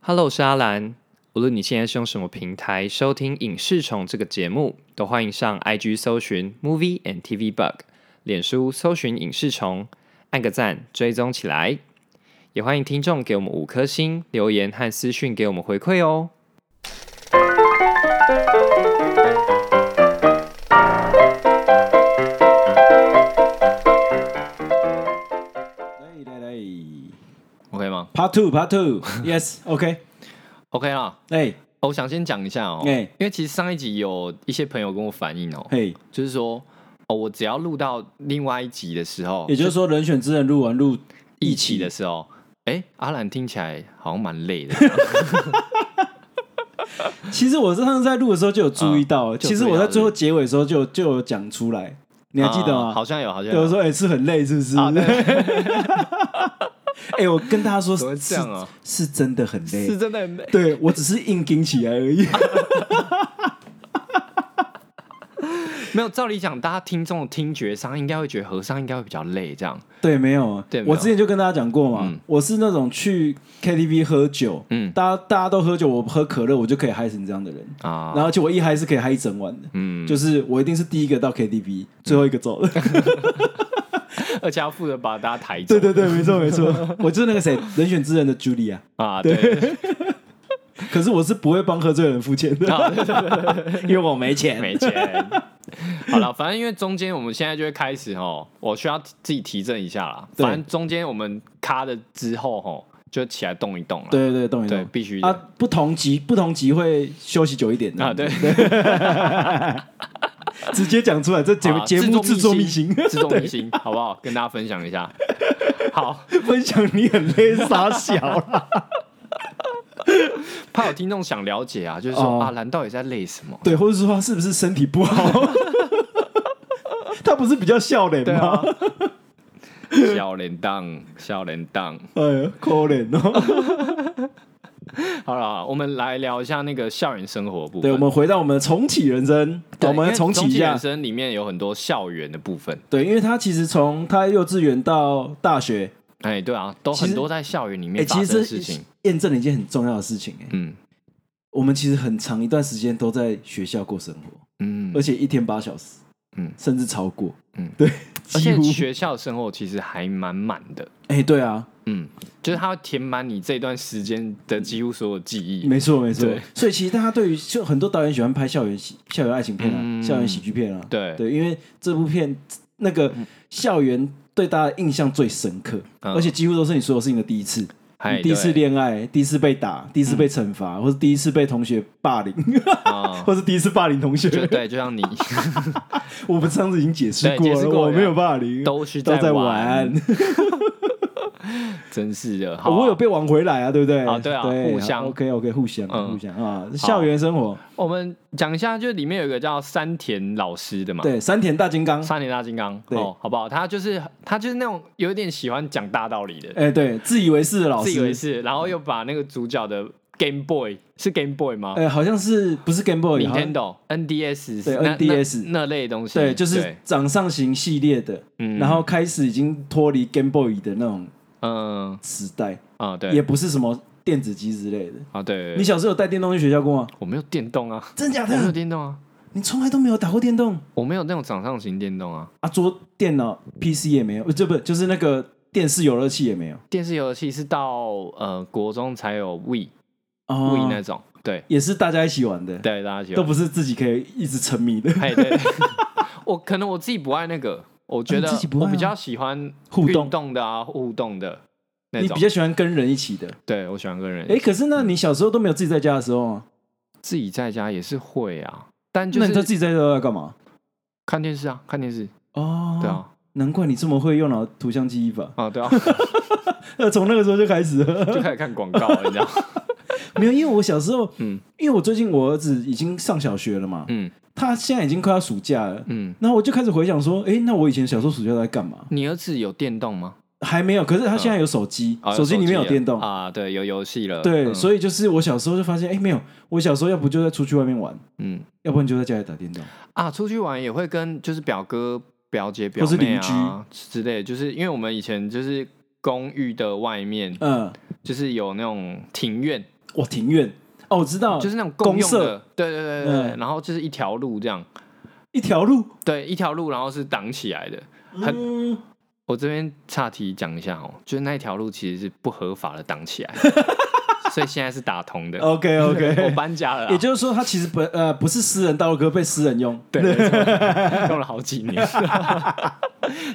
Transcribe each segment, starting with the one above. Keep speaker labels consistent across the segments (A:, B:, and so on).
A: Hello，我是阿兰。无论你现在是用什么平台收听《影视虫》这个节目，都欢迎上 IG 搜寻 Movie and TV Bug，脸书搜寻影视虫，按个赞追踪起来。也欢迎听众给我们五颗星留言和私讯给我们回馈哦。
B: 来来来
C: OK 吗
B: ，Part Two Part Two，Yes，OK，
C: ？OK 啦、
B: 哎
C: 哦我想先讲一下哦、
B: 哎
C: 因为其实上一集有一些朋友跟我反映哦、
B: 嘿，
C: 就是说哦，我只要录到另外一集的时候，
B: 也就是说，人选之人录完录
C: 一起的，时候，哎、阿兰听起来好像蛮累的，
B: 其实我上次在录的时候就有注意到，
C: 嗯就
B: 其
C: 有注意
B: 实
C: 到
B: 我在最后结尾的时候就有就有讲出来，你还记得
C: 啊
B: 吗？
C: 好像有，好像
B: 对，我
C: 有。
B: 说哎是很累是不是？ 哎，我跟大家说
C: 怎么，会这
B: 是
C: 样啊
B: 是啊真的很累
C: 是，真的很累，
B: 对我只是硬顶起来而 已。
C: 没有照理讲，大家听众听觉上应该会觉得和尚应该会比较累，这样，
B: 对，没有。啊
C: 对没有
B: 我之前就跟大家讲过嘛，
C: 嗯
B: 我是那种去 KTV 喝酒，
C: 嗯
B: 大家大家都喝酒，我喝可乐，我就可以嗨成这样的人
C: 啊
B: 然后而且我一嗨是可以嗨一整晚的，
C: 嗯，
B: 就是我一定是第一个到 KTV，最后一个走的。
C: 而且要负责把大家抬走
B: 对对对，没错没错，我就是那个谁，人选之人的 Julia，
C: 啊，对，
B: 可是我是不会帮喝醉的人付钱 的，
C: 啊对对对
B: 因为我没钱。
C: 没钱。好了，反正因为中间我们现在就会开始哦，我需要自己提振一下啦。
B: 对
C: 反正中间我们卡了之后哦，就起来动一动了。
B: 对对对，动一
C: 对，
B: 动。
C: 必须的
B: 啊，不同集不同集会休息久一点的
C: 啊，对，
B: 直接讲出来，这节目
C: 好啦
B: 节目制啊作秘辛，
C: 制作秘辛，好不好？跟大家分享一下。好，
B: 分享你很累 傻小啦。
C: 怕有听众想了解啊，就是说
B: 哦
C: 啊，兰到底在累什么？
B: 对，或者说他是不是身体不好？ 他不是比较笑脸
C: 对
B: 吗？
C: 啊，小铃铛，小铃铛。
B: 哎呀，可怜哦。
C: 好了，我们来聊一下那个校园生活的部分。
B: 对，我们回到我们重启人生，
C: 对
B: 我们
C: 因
B: 重
C: 为
B: 启一下
C: 人。生里面有很多校园的部分。
B: 对，因为他其实从他幼稚园到大学，
C: 哎，对啊，都
B: 其实
C: 很多在校园里
B: 哎、
C: 面发
B: 其
C: 生的事
B: 实这
C: 情。
B: 验证了一件很重要的事情、哎，
C: 嗯
B: 我们其实很长一段时间都在学校过生活，
C: 嗯，
B: 而且一天八小时，嗯
C: 嗯，
B: 甚至超过，嗯
C: 嗯，
B: 对，
C: 而
B: 几
C: 且
B: 乎，
C: 学校生活其实还蛮满的。
B: 哎、对啊，
C: 嗯，就是它会填满你这段时间的几乎所有记忆。
B: 没错没错
C: 对。
B: 所以其实大家对于就很多导演喜欢拍校园喜校园爱情片啊，
C: 嗯
B: 校园喜剧片啊，
C: 对
B: 对，因为这部片那个校园对大家印象最深刻，
C: 嗯
B: 而且几乎都是你所有事情的第一次。
C: 嗨
B: 你第一次
C: 哎对嗯
B: 恋爱，第一次被打，第一次被惩罚，或是第一次被同学霸凌，
C: 啊，
B: 或是第一次霸凌同学。
C: 就对，就像你
B: 我们上次已经解释
C: 对
B: 过
C: 解
B: 了，
C: 释过
B: 我
C: 了
B: 没有霸凌，
C: 都是
B: 都
C: 在
B: 在
C: 玩
B: 玩，
C: 真是的。好啊
B: 我有被玩回来啊，对不对？哦
C: 啊对啊互相
B: OK OK，互相
C: 嗯
B: 互相啊，校园生活，
C: 我们讲一下，就里面有一个叫山田老师的嘛，
B: 对，山田大金刚，
C: 山田大金刚，
B: 嗯对
C: 哦，好不好？他就是他就是那种有点喜欢讲大道理的，
B: 哎，对，自以为是的老
C: 自以为
B: 师，
C: 是，然后又把那个主角的 Game Boy 是 Game Boy 吗？
B: 哎，好像是不是 Game Boy？好像
C: Nintendo、NDS
B: 对
C: 那
B: NDS
C: 那那类东西，
B: 对，就是掌上型系列的，
C: 嗯
B: 然后开始已经脱离 Game Boy 的那种
C: 嗯
B: 时代，
C: 啊
B: 也
C: 对
B: 不是什么电子机之类的。
C: 啊对，
B: 你
C: 对
B: 小时候有带电动去学校过吗？
C: 我没有电动啊，
B: 真假
C: 我没有
B: 的？
C: 电动啊，
B: 你从来都没有打过电动
C: 我没有那种掌上型电动啊，
B: 啊？桌电脑、PC 也没有，呃这不就是那个电视游乐器也没有
C: 电视游戏是到呃国中才有 We
B: 哦
C: We 那种，对
B: 也是大家一起玩的，
C: 对，大家喜
B: 都
C: 欢。
B: 不是自己可以一直沉 迷的。
C: 哎对，我可能我自己不爱那个，我觉
B: 你
C: 得
B: 自己不爱
C: 我
B: 啊
C: 比较喜欢
B: 互动
C: 运动的啊，互动的那
B: 你
C: 种
B: 比。较喜欢跟人一起的，
C: 对我喜欢跟人
B: 哎，可是那你小时候都没有自己在家的时候吗？
C: 自己在家也是会啊，但就
B: 那你都
C: 是
B: 自己在家都在干嘛？
C: 看电视啊，看电视，
B: 哦，
C: 对，啊，
B: 难怪你这么会用脑图像记忆法，
C: 啊 对啊，
B: 呃， 从那个时候就开始了。
C: 就开始看广告了，你知道？
B: 没有，因为我小时候，
C: 嗯
B: 因为我最近我儿子已经上小学了嘛，
C: 嗯
B: 他现在已经快要暑假了，
C: 嗯，
B: 然后我就开始回想说，哎，那我以前小时候暑假都在干嘛？
C: 你儿子有电动吗？
B: 还没有，可是他现在有手机，
C: 啊
B: 手机里面有
C: 啊
B: 电动，
C: 啊，对，有游戏了，
B: 对，
C: 嗯
B: 所以就是我小时候就发现，哎，没有，我小时候要不就在出去外面玩，
C: 嗯
B: 要不然就在家里打电动。
C: 啊，出去玩也会跟就是表哥、表姐、表
B: 或是
C: 妹
B: 邻居
C: 啊之类的，就是因为我们以前就是公寓的外面
B: 嗯，
C: 就是有那种庭院，
B: 我庭院哦，我知道，
C: 就是那种共用
B: 公社
C: 的，对对对对对，
B: 嗯
C: 然后就是一条路这样，
B: 一条路，
C: 对，一条路，然后是挡起来的。很
B: 嗯，
C: 我这边岔题讲一下哦，就是那一条路其实是不合法的挡起来，所以现在是打通的。
B: OK
C: 我
B: OK，
C: 搬家了啦，啊
B: 也就是说，它其实本呃不是私人道路，可是被私人用。
C: 对，没 错用了好几年。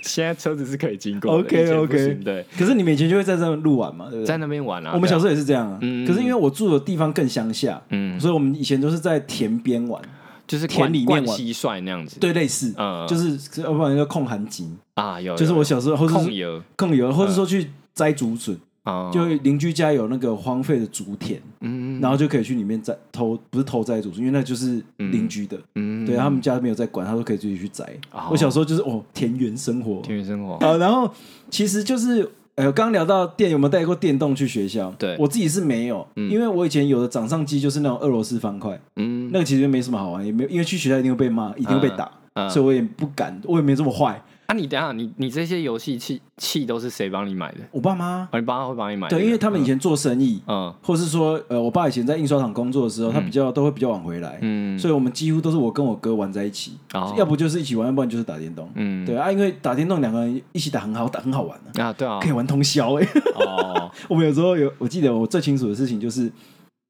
C: 现在车子是可以经过的
B: OK，
C: 以前不
B: OK
C: 行对，
B: 可是你们以前就会在这路玩嘛，对不
C: 在
B: 对？
C: 那边玩啊。
B: 我们
C: 对啊
B: 小时候也是这样啊，
C: 嗯
B: 可是因为我住的地方更乡下，
C: 嗯，
B: 所以我们以前都是在田边玩，
C: 就是
B: 田
C: 灌
B: 里面
C: 灌
B: 玩
C: 蟋蟀那样子。
B: 对，类似，
C: 嗯
B: 就是要不然叫控寒集，
C: 啊，有
B: 就是
C: 有
B: 我小时候或
C: 有
B: 者
C: 控呃
B: 是
C: 油
B: 控油，或者说去摘竹笋，
C: 啊，
B: 就邻居家有那个荒废的竹田，
C: 嗯
B: 然后就可以去里面摘偷，不是偷摘竹笋，因为那就是邻居的，
C: 嗯
B: 对他们家没有在管，他都可以自己去摘
C: 哦。
B: 我小时候就是哦，田园生活，
C: 田园生活
B: 好，然后其实就是，呃，刚刚聊到电有没有带过电动去学校？
C: 对
B: 我自己是没有，因为我以前有的掌上机就是那种俄罗斯方块，
C: 嗯
B: 那个其实没什么好玩，也没有因为去学校一定会被骂，一定会被打，
C: 嗯
B: 所以我也不敢，我也没这么坏。
C: 啊，你等一下，你你这些游戏器器都是谁帮你买的？
B: 我爸妈
C: 啊，你爸会帮你买的？
B: 对，因为他们以前做生意，
C: 嗯
B: 或是说，呃，我爸以前在印刷厂工作的时候，他比较都会比较晚回来，
C: 嗯
B: 所以我们几乎都是我跟我哥玩在一起，
C: 哦
B: 要不就是一起玩，要不然就是打电动。
C: 嗯
B: 对啊，因为打电动两个人一起打很好，打很好玩啊，
C: 啊，对啊
B: 可，以玩通宵哎、
C: 哦，
B: 我们有时候有，我记得我最清楚的事情就是，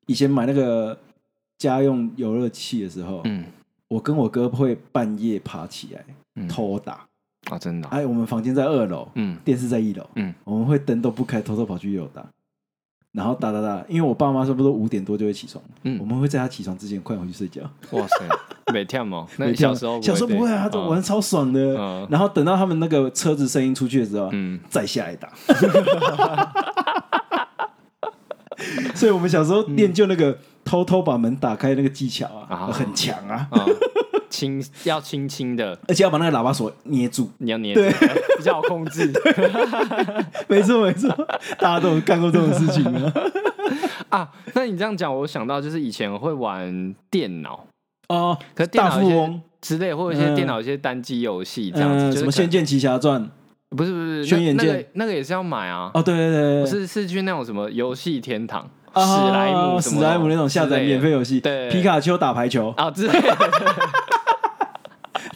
B: 以前买那个家用游乐器的时候，
C: 嗯
B: 我跟我哥会半夜爬起来、
C: 嗯
B: 偷打。
C: 啊，真的啊，
B: 哎，我们房间在二楼，
C: 嗯
B: 电视在一楼，
C: 嗯
B: 我们会灯都不开，偷偷跑去游打，然后打打打。因为我爸妈差不多五点多就会起床，我
C: 嗯，
B: 们会在他起床之前快点回去睡觉。
C: 哇塞，每天 哦，那
B: 没
C: 你
B: 跳
C: 小时候
B: 小时候不会啊，这玩得超爽的。
C: 嗯
B: 然后等到他们那个车子声音出去的时候，
C: 嗯
B: 再下来打。 所以我们小时候练就那个偷偷把门打开那个技巧啊，
C: 啊
B: 很强啊，
C: 啊，轻要轻轻的，
B: 而且要把那个喇叭锁 捏住。
C: 你要捏住，比较好控制
B: 没错没错，大家都有干过这种事情啊。
C: 啊。那你这样讲，我想到就是以前会玩电脑，
B: 哦，
C: 可是电
B: 大
C: 脑
B: 富
C: 有些
B: 翁，
C: 之类，或者一些
B: 嗯
C: 电脑一些单机游戏这样子，就
B: 嗯，
C: 是
B: 什
C: 可
B: 么《仙剑奇侠传》？
C: 不是不是，
B: 轩
C: 那那
B: 辕
C: 个
B: 剑
C: 那个也是要买啊，
B: 哦，对对对
C: 不
B: 对对。
C: 是是去那种什么游戏天堂、
B: 啊
C: 史莱姆、什么
B: 史莱姆那种下载免费游戏，
C: 之类的对
B: 皮卡丘打排球，
C: 啊之类的，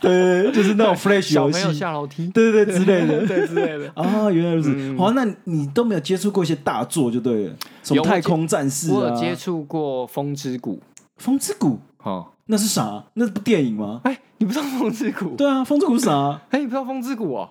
B: 对对对，就是那种 Flash
C: 小
B: 游
C: 朋友
B: 戏，
C: 下楼梯，
B: 对 对对之类的。
C: 对之嗯类 的。
B: 哦，原来如此。好，那你都没有接触过一些大作就对了，什
C: 有
B: 么
C: 我接
B: 太空战士
C: 我
B: 啊
C: 有，接触过《风之谷》
B: 风之谷
C: 哦，
B: 那是啥？那是部电影吗？
C: 哎，你不知道《风之谷》？
B: 对啊，风之谷是啥？
C: 哎，你不知道《风之谷》哦？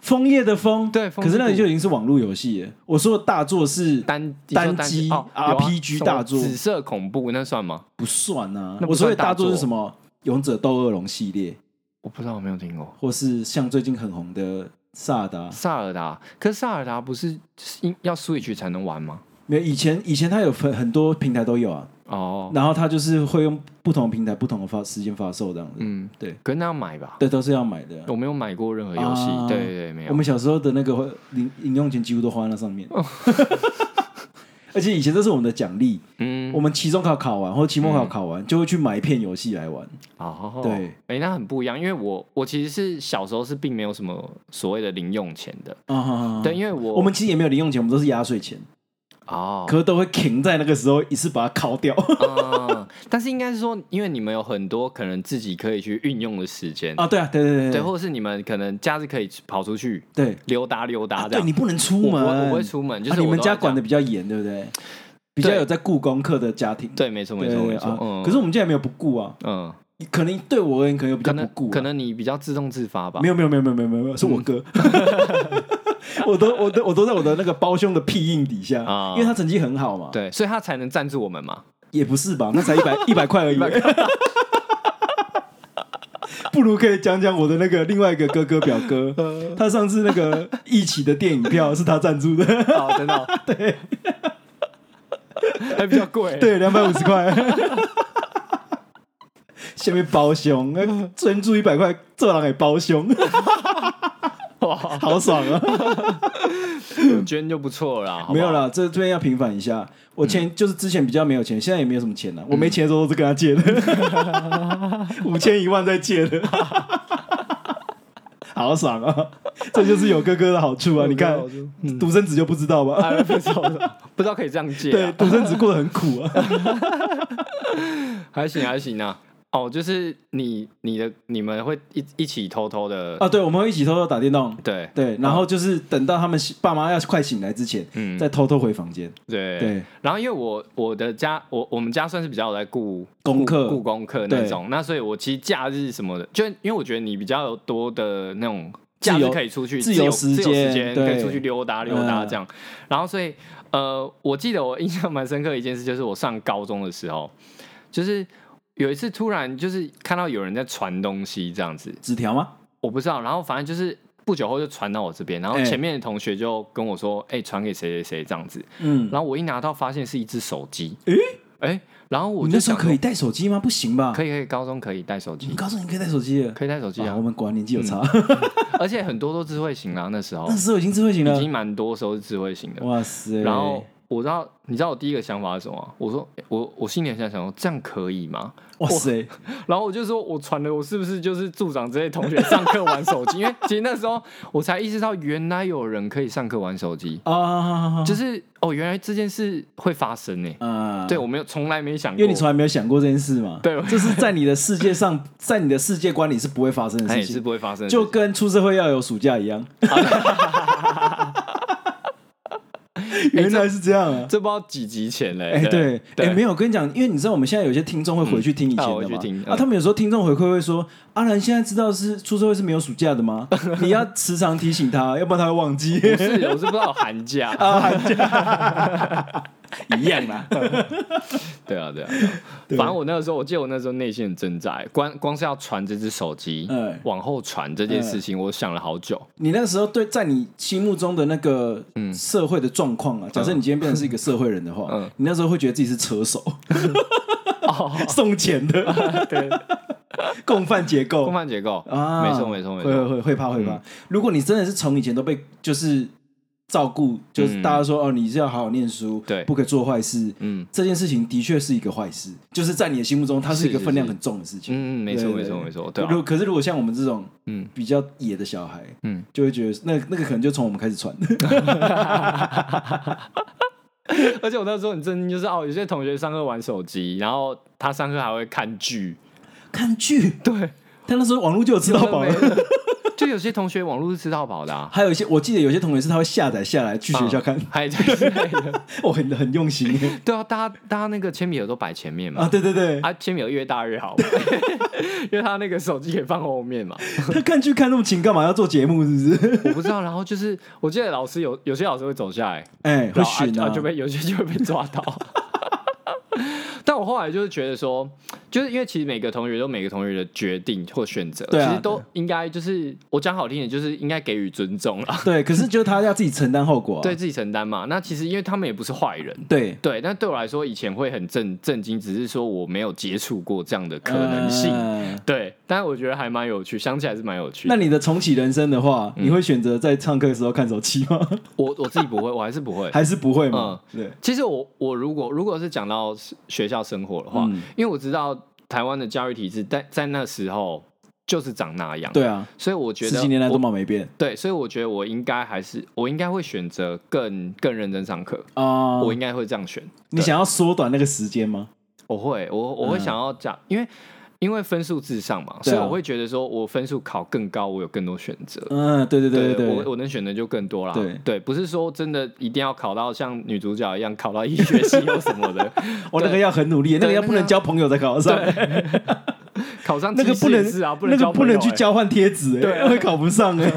B: 枫叶的枫，
C: 对风
B: 可
C: 之谷
B: 是那里就已经是网络游戏耶。我说的大作是
C: 单
B: 单
C: 机
B: 机
C: 哦有啊
B: RPG
C: 什么
B: 大作
C: 紫色恐怖那算吗？
B: 不算啊
C: 那，不算
B: 我说的大
C: 大
B: 作
C: 作
B: 是什么？勇者斗恶龙系列，
C: 我不知道，我没有听过。
B: 或是像最近很红的萨达。
C: 萨尔达，可是萨尔达不是应要 Switch 才能玩吗？
B: 没有，以前以前它有很很多平台都有啊，
C: 哦，
B: 然后它就是会用不同平台不同的发时间发售这样子。
C: 嗯，
B: 对
C: 可是那要买吧？
B: 对，都是要买的啊。
C: 我没有买过任何游戏，
B: 啊
C: 对对对，没有。
B: 我们小时候的那个零零用钱几乎都花在那 上面，而且以前这是我们的奖励。
C: 嗯
B: 我，们期中考考完或期末考考完，就会去买一片游戏来玩。
C: 哦，
B: 对
C: 哎、那很不一样，因为我我其实是小时候是并没有什么所谓的零用钱的，
B: 啊，
C: 对，，因为我
B: 我们其实也没有零用钱，我们都是压岁钱，
C: 哦，
B: 可是都会停在那个时候一次把它考掉
C: 嗯但是应该是说，因为你们有很多可能自己可以去运用的时间，
B: 啊。对啊，对对
C: 对，
B: 对
C: 或者是你们可能假日可以跑出去
B: 对
C: 溜达溜达
B: 啊，
C: 这
B: 对
C: 样。
B: 你不能出
C: 我不
B: 门，
C: 会我不会出门，就是
B: 啊你们家管
C: 的
B: 的比较严，对不对？比较有在顾功课的家庭，
C: 对，没错没
B: 对
C: 错
B: 对
C: 没错
B: 啊，
C: 嗯，
B: 可是我们家也没有不顾啊，
C: 嗯，
B: 可能对我而言可能有比
C: 可
B: 较不
C: 能
B: 顾啊，
C: 可能你比较自动自发吧，
B: 没有没有没有没有没有没有，是我哥。我都我都我都在我的那个胞兄的屁印底下，
C: 啊
B: 因为他成绩很好嘛。，
C: 对，所以他才能赞助我们 嘛，
B: 也不是吧？那才一百一百块而已。不如可以讲讲我的那个另外一个哥哥表哥，他上次那个一起的电影票是他赞助的，
C: 哦，真的 哦，对，还比较贵，
B: 对，两百五十块。 下面包胸，捐助一百块，这人也包胸，
C: 哇，
B: 好爽啊！
C: 有捐就不错了啦，好不好
B: 没有，啦，这这边要平反一下。我前就是之前比较没有钱，现在也没有什么钱啊了。我没钱的时候都是跟他借的， 五千一万在借的，好爽啊！这就是有哥哥的好处啊！你看
C: 有哥哥的好处，
B: 独生子就不知道吧？
C: 哎不知道不知道可以这样借、
B: 对，
C: 啊，
B: 独生子过得很苦啊。
C: 还行还行啊。哦，就是你你的你们会一一起偷偷的，
B: 啊，对，我们会一起偷偷打电动，
C: 对
B: 对，然后就是等到他们醒爸妈要快醒来之前，
C: 嗯
B: 再偷偷回房间。
C: 对
B: 对。
C: 然后因为我我的家我我们家算是比较有在顾
B: 功课
C: 顾顾功课那
B: 对
C: 种，那所以我其实假日什么的，就因为我觉得你比较有多的那种。
B: 自
C: 假
B: 由
C: 日可以出去，
B: 自
C: 由
B: 由
C: 时
B: 时间
C: 间可以
B: 对
C: 出去溜达溜达
B: 嗯
C: 这样。然后所以呃，我记得我印象蛮深刻的一件事，就是我上高中的时候，就是有一次突然就是看到有人在传东西这样子，
B: 纸条吗？
C: 我不知道，然后反正就是不久后就传到我这边，然后
B: 哎
C: 前面的同学就跟我说：“哎、传给谁谁谁这样子。”
B: 嗯，
C: 然后我一拿到，发现是一只手机。
B: 诶
C: 哎、然后我
B: 你
C: 就
B: 那时
C: 想
B: 候可以
C: 说
B: 带手机吗？不行吧？
C: 可以可以，高中可以带手
B: 我
C: 机，
B: 告诉你可以带手机了。
C: 可以带手机啊
B: 啊，
C: 嗯
B: 我，们果然年纪有差，
C: 而且很多都智慧型啦，那时候
B: 那时哦候已经智慧型
C: 已
B: 了。
C: 经蛮多时候是智慧型的。
B: 哇塞！
C: 然后我知道，你知道我第一个想法是什么吗？我说诶我我心里很想想说，这样可以吗？
B: 哇塞，
C: 然后我就说，我传了，我是不是就是助长这些同学上课玩手机？因为其实那时候我才意识到，原来有人可以上课玩手机，
B: 啊，
C: 就是哦，原来这件事会发生呢、欸
B: 啊，
C: 对，我没有从来没想过，
B: 因为你从来没有想过这件事嘛。
C: 对我
B: 这是在你的世界上， 在你的世界观里是不会发生的
C: 哎
B: 事
C: 是
B: 情，
C: 不会发生的事情，
B: 就跟出社会要有暑假 一样。啊
C: 哎
B: 原来是这样啊！
C: 这不知道几集前嘞。
B: 哎，对，
C: 对，
B: 哎，没有，跟你讲，因为你知道我们现在有些听众会回去听以前
C: 啊回
B: 的
C: 去听
B: 嘛，
C: 嗯
B: 啊，他们有时候听众回馈会说，阿兰现在知道是出社会是没有暑假 的吗？你要时常提醒他，要不然他会忘记。
C: 不是， 我是不知道有寒 假。
B: 啊 一样啦，
C: 对啊，对啊，对啊反正我那个时候，我记得我那时候内心很挣扎，欸光光是要传这只手机
B: 哎
C: 往后传这件事
B: 嗯
C: 情，我想了好久。
B: 你那时候对在你心目中的那个社会的状况啊，假设你今天变成是一个社会人的话，
C: 嗯
B: 你那时候会觉得自己是车 手，送钱的
C: 对，
B: 共犯结构
C: 共犯结构
B: 啊，
C: 没错，没错，没嗯
B: 会
C: 错。
B: 会会怕会怕。如果你真的是从以前都被就是照顾，就是大家说、哦，你是要好好念书，
C: 嗯对
B: 不可以做坏事，
C: 嗯
B: 这件事情的确是一个坏事，就是在你的心目中，它是一个分量很重的事情。
C: 嗯，嗯没错，
B: 对对
C: 没错，
B: 对
C: 没错。对啊
B: 如，可是如果像我们这种
C: 嗯
B: 比较野的小孩，
C: 嗯，
B: 就会觉得那那个可能就从我们开始传。
C: 而且我那时候很震惊，就是哦，有些同学上课玩手机，然后他上课还会看剧，
B: 看剧，
C: 对，
B: 他那时候网络就有吃
C: 有
B: 到
C: 的
B: 饱
C: 没
B: 了。
C: 的。就有些同学网络是吃到饱的啊，
B: 还有一些，我记得有些同学是他会下载下来去学校 看，
C: 还有之类的。
B: 我很很用心 耶
C: 对啊，大家大家那个铅笔盒都摆前面嘛
B: 啊！，对对对，
C: 啊，铅笔盒越大越好嘛， 因为他那个手机可以放后面嘛。
B: 他看剧看那么勤，干嘛要做节目？是不 是？
C: 我不知道，然后就是我记得老师有有些老师会走下来，
B: 哎，会
C: 然后
B: 选
C: 啊
B: 啊，
C: 就被有些就会被抓到。 但我后来就是觉得说，就是因为其实每个同学都有每个同学的决定或选择，
B: 对啊
C: 其实都应该就是我讲好听点，就是应该给予尊重啦，
B: 对，啊可是就是他要自己承担后果啊、
C: 对自己承担嘛。那其实因为他们也不是坏人，
B: 对，
C: 对，但对我来说以前会很震震惊，只是说我没有接触过这样的可能性。
B: 呃
C: 对，但我觉得还蛮有趣，想起来是蛮有趣
B: 那
C: 的。
B: 你的重启人生的话，你会选择在唱歌的时候看手机 吗？
C: 我我自己不会，我还是不会。
B: 还是不会嘛？对，
C: 其实我我如果如果是讲到学校生活的话，
B: 嗯
C: 因为我知道台湾的教育体制在在那时候就是长那样，，
B: 对啊，
C: 所以我觉
B: 十
C: 得
B: 几年来
C: 我
B: 都貌没变
C: 对，所以我觉得我应该还是我应该会选择更更认真上课，
B: 啊。
C: 我应该会这样选。
B: 你想要缩短那个时间吗？
C: 我会我我会
B: 嗯
C: 想要讲，因为因为分数至上嘛，所
B: 对啊
C: 以我会觉得说我分数考更高，我有更多选择。
B: 嗯，对对对
C: 我
B: 对，
C: 我能选的就更多啦。
B: 对
C: 不是说真的一定要考到像女主角一样考到医学系或什么的，
B: 我哦那个要很努力，那个要不能交朋友才考得上，
C: 考上
B: 那个
C: 技师
B: 不能
C: 也是啊，不
B: 那
C: 能
B: 个
C: 交
B: 不
C: 朋友
B: 能去
C: 欸，
B: 交换贴纸，哎，
C: 对
B: 会考不上 哎。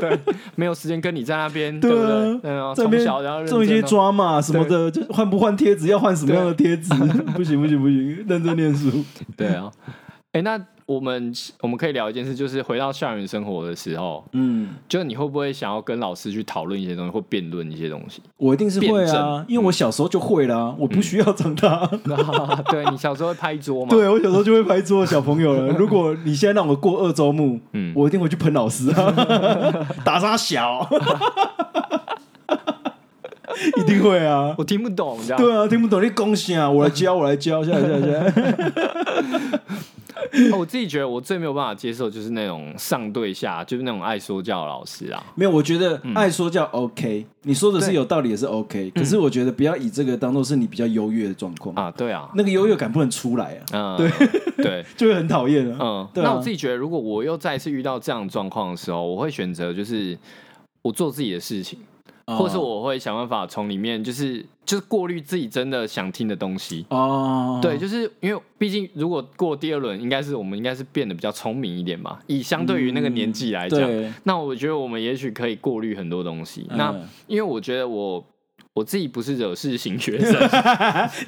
C: 对，没有时间跟你在那边，对不对
B: 啊？
C: 对啊，
B: 这
C: 从
B: 边
C: 小然后
B: 做一些
C: 装，
B: 抓嘛什么的，就换不换贴纸，要换什么样的贴纸？ 不行不行不行，认真念书。
C: 对啊。哎，那我们我们可以聊一件事，就是回到校园生活的时候，
B: 嗯，
C: 就你会不会想要跟老师去讨论一些东西，或辩论一些东西？
B: 我一定是会
C: 辩证
B: 啊，因为我小时候就会啦、我不需要长大。
C: 对你小时候会拍桌嘛？，
B: 对我小时候就会拍桌小朋 友了。如果你现在让我过二周目，
C: 嗯
B: 我一定回去喷 老师啊，打他小， 一定会啊。
C: 我听不懂，这样。
B: 对啊，听不懂你恭喜啊！我来教，我来教，下来下来下来。
C: 哦我自己觉得我最没有办法接受就是那种上对下，就是那种爱说教的老师啊。
B: 没有，我觉得爱说教 OK，、你说的是有道理也是 OK，可是我觉得不要以这个当做是你比较优越的状况，
C: 啊，对啊，
B: 那个优越感不能出来啊，
C: 嗯，对对，
B: 就会很讨厌啊。
C: 嗯，
B: 对啊
C: 那我自己觉得，如果我又再次遇到这样的状况的时候，我会选择就是我做自己的事情，
B: 哦
C: 或是我会想办法从里面就是就是过滤自己真的想听的东西。
B: 哦，
C: 对，就是因为毕竟如果过第二轮，应该是我们应该是变得比较聪明一点嘛，以相对于那个年纪来讲，
B: 嗯对，
C: 那我觉得我们也许可以过滤很多东西。那
B: 嗯
C: 因为我觉得我我自己不是惹事型学生，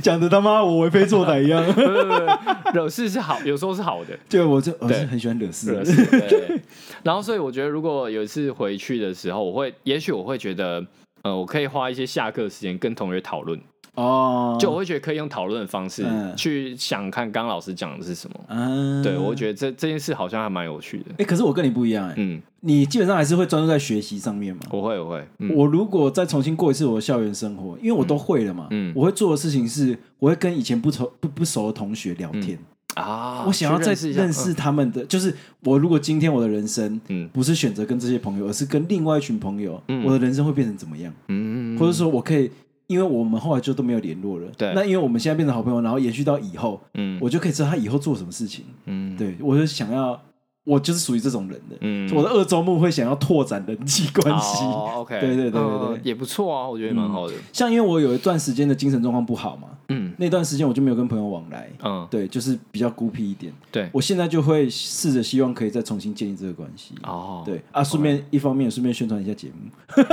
B: 讲的他妈我为非作歹一样，
C: 不不不惹事是好，有时候是好的。
B: 就我就我
C: 对
B: 是很喜欢惹事
C: 惹
B: 的，
C: 事对对 对然后，所以我觉得，如果有一次回去的时候，我会，也许我会觉得，呃，我可以花一些下课时间跟同学讨论，
B: 哦，
C: 就我会觉得可以用讨论的方式
B: 嗯
C: 去想看刚刚老师讲的是什么。
B: 啊，
C: 对，我会
B: 得。
C: 觉得这这件事好像还蛮有趣的。
B: 哎、可是我跟你不一样哎、
C: 嗯，
B: 你基本上还是会专注在学习上面嘛。
C: 我会，我会，嗯，
B: 我如果再重新过一次我的校园生活，因为我都会了嘛，
C: 嗯
B: 我会做的事情是，我会跟以前不熟不不熟的同学聊天，
C: 啊，
B: 我想要
C: 去
B: 再
C: 认识一下
B: 认识，他们的，就是我如果今天我的人生
C: 嗯
B: 不是选择跟这些朋友，而是跟另外一群朋友，
C: 嗯
B: 我的人生会变成怎么样？
C: 嗯嗯嗯，
B: 或者说我可以，因为我们后来就都没有联络了，
C: 对
B: 那因为我们现在变成好朋友，然后延续到以后，
C: 嗯
B: 我就可以知道他以后做什么事情。
C: 嗯
B: 对我就想要，我就是属于这种人的，
C: 嗯
B: 我的二周目会想要拓展人际关系。
C: 哦，OK，
B: 对对对对嗯对
C: 嗯也不错啊，我觉得蛮好的，
B: 像因为我有一段时间的精神状况不好嘛，
C: 嗯
B: 那段时间我就没有跟朋友往来，
C: 嗯，
B: 对，就是比较孤僻一点。
C: 对，
B: 我现在就会试着希望可以再重新建立这个关系。
C: 哦，，
B: 对啊，顺便一方面顺便宣传一下节目，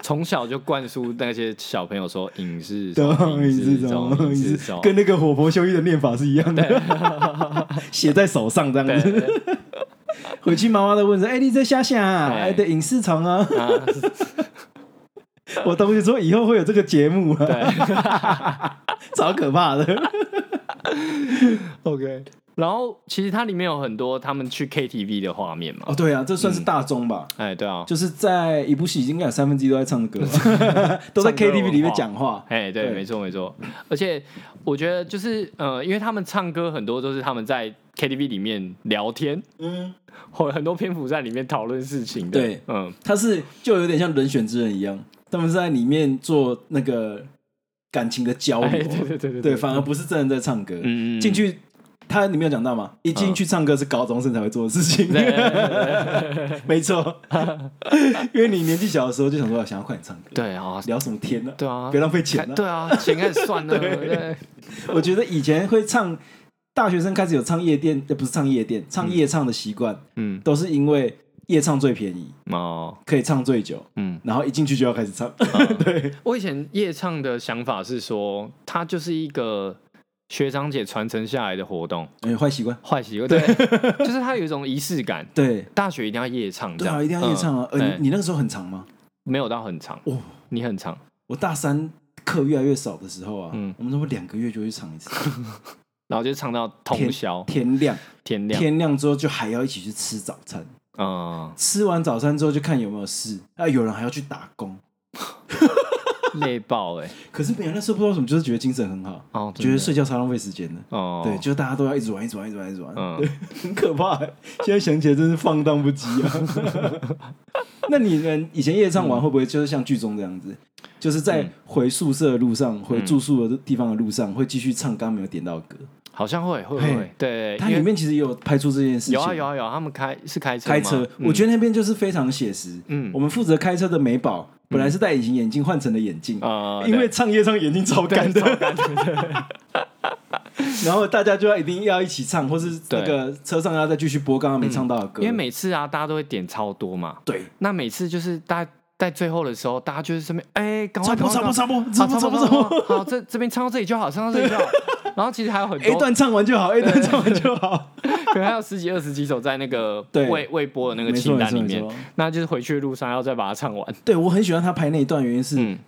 C: 从小就灌输那些小朋友说影视
B: 对，
C: 中，
B: 你是
C: 视
B: 这
C: 中，
B: 种，
C: 影
B: 你
C: 视
B: 是
C: 中，
B: 跟那个火婆修一的念法是一样的，写在手上这样
C: 对
B: 子。
C: 对对
B: 回去妈妈都问说：“哎，你在下下啊？
C: 对
B: 哎，对，影视城啊。
C: 啊，”
B: 我同学说以后会有这个节目啊，
C: 对。
B: 超可怕的。OK，
C: 然后其实它里面有很多他们去 KTV 的画面嘛
B: 哦，，对啊，这算是大众吧。
C: 哎，对啊，
B: 就是在一部戏，应该有三分之一都 在唱歌，都在
C: 唱歌文
B: KTV
C: 化
B: 里面讲话。
C: 哎，对，
B: 对
C: 没错没错。而且我觉得就是呃，因为他们唱歌很多都是他们在 KTV 里面聊天，
B: 嗯，
C: 或很多篇幅在里面讨论事情的，
B: 对，哦
C: 嗯，
B: 他是就有点像人选之人一样，他们是在里面做那个感情的交流，
C: 哎，对对对对
B: 对，反而不是真的在唱歌。
C: 嗯嗯嗯嗯
B: 进去他你没有讲到吗？一进去唱歌是高中生才会做的事情，
C: 对对对对
B: 没错。因为你年纪小的时候就想说想要快点唱歌，
C: 对啊，
B: 聊什么天呢、
C: 对啊，
B: 别浪费钱
C: 看
B: 了、
C: 对啊，钱开始 算了，对，
B: 我觉得以前会唱，大学生开始有唱夜店，呃，不是唱夜店，唱夜唱的习惯，
C: 嗯，
B: 都是因为夜唱最便宜，
C: 哦，
B: 可以唱最久，
C: 嗯。
B: 然后一进去就要开始 唱。 对，
C: 我以前夜唱的想法是说，它就是一个学长姐传承下来的活动，
B: 哎，坏习惯。
C: 坏习惯，对， 就是它有一种仪式感。
B: 对，
C: 大学一定要夜唱，
B: 对
C: 这
B: 啊，
C: 样
B: 一定要夜唱啊！
C: 嗯
B: 呃，
C: 对
B: 你你那个时候很长吗？
C: 没有到很长，
B: 哦，
C: 你很长，
B: 我大三课越来越少的时候啊，
C: 嗯
B: 我们差不多两个月就会去唱 一次，
C: 然后就唱到通宵
B: 天亮，
C: 天亮，
B: 天亮之后就还要一起去吃早餐，
C: 嗯，
B: 吃完早餐之后就看有没有事，啊，有人还要去打工。
C: 累爆 哎，
B: 可是没有，那时候不知道为什么，就是觉得精神很好，
C: 哦，真
B: 觉
C: 的
B: 得睡觉超浪费时间的。
C: 哦，
B: 对，就大家都要一直玩，一直玩，一直玩，一直玩，
C: 嗯
B: 对，很可怕欸。现在想起来真是放荡不羁啊。 那你们以前夜唱完会不会就是像剧中这样子，就是在回宿舍的路上、回住宿的地方的路上，会继续唱刚刚没有点到的歌？
C: 好像会会
B: 嘿
C: 会，对，
B: 它
C: 因
B: 里
C: 为
B: 面其实也有拍出这件事情。
C: 有啊有啊有啊，他们开是开车吗，
B: 开车，
C: 嗯
B: 我觉得那边就是非常写实。
C: 嗯
B: 我们负责开车的美宝本来是戴隐形眼镜，换成了眼镜，
C: 啊，
B: 因为唱夜唱眼睛超干的， 然后大家就要一定要一起唱，或是那个车上要再继续播刚刚没唱到的歌，
C: 因为每次啊，大家都会点超多嘛。
B: 对
C: 那每次就是大家在最后的时候，大家就是这边哎，赶快
B: 插播
C: 赶
B: 插
C: 快
B: 播插
C: 好
B: 播插播插播插
C: 差
B: 播
C: 不多好，这这边唱到这里就好，唱到这里 就好。然后其实还有很
B: ，A
C: 多，
B: 段哎唱完就好，A 段唱完就好，
C: 可能还有十几二十几首在那个
B: 对
C: 未未播的那个
B: 没错
C: 清
B: 没
C: 单
B: 错
C: 里
B: 没
C: 面
B: 错。。
C: 那就是回去的路上要再把它唱完。
B: 对我很喜欢他拍那一段，原因是
C: 嗯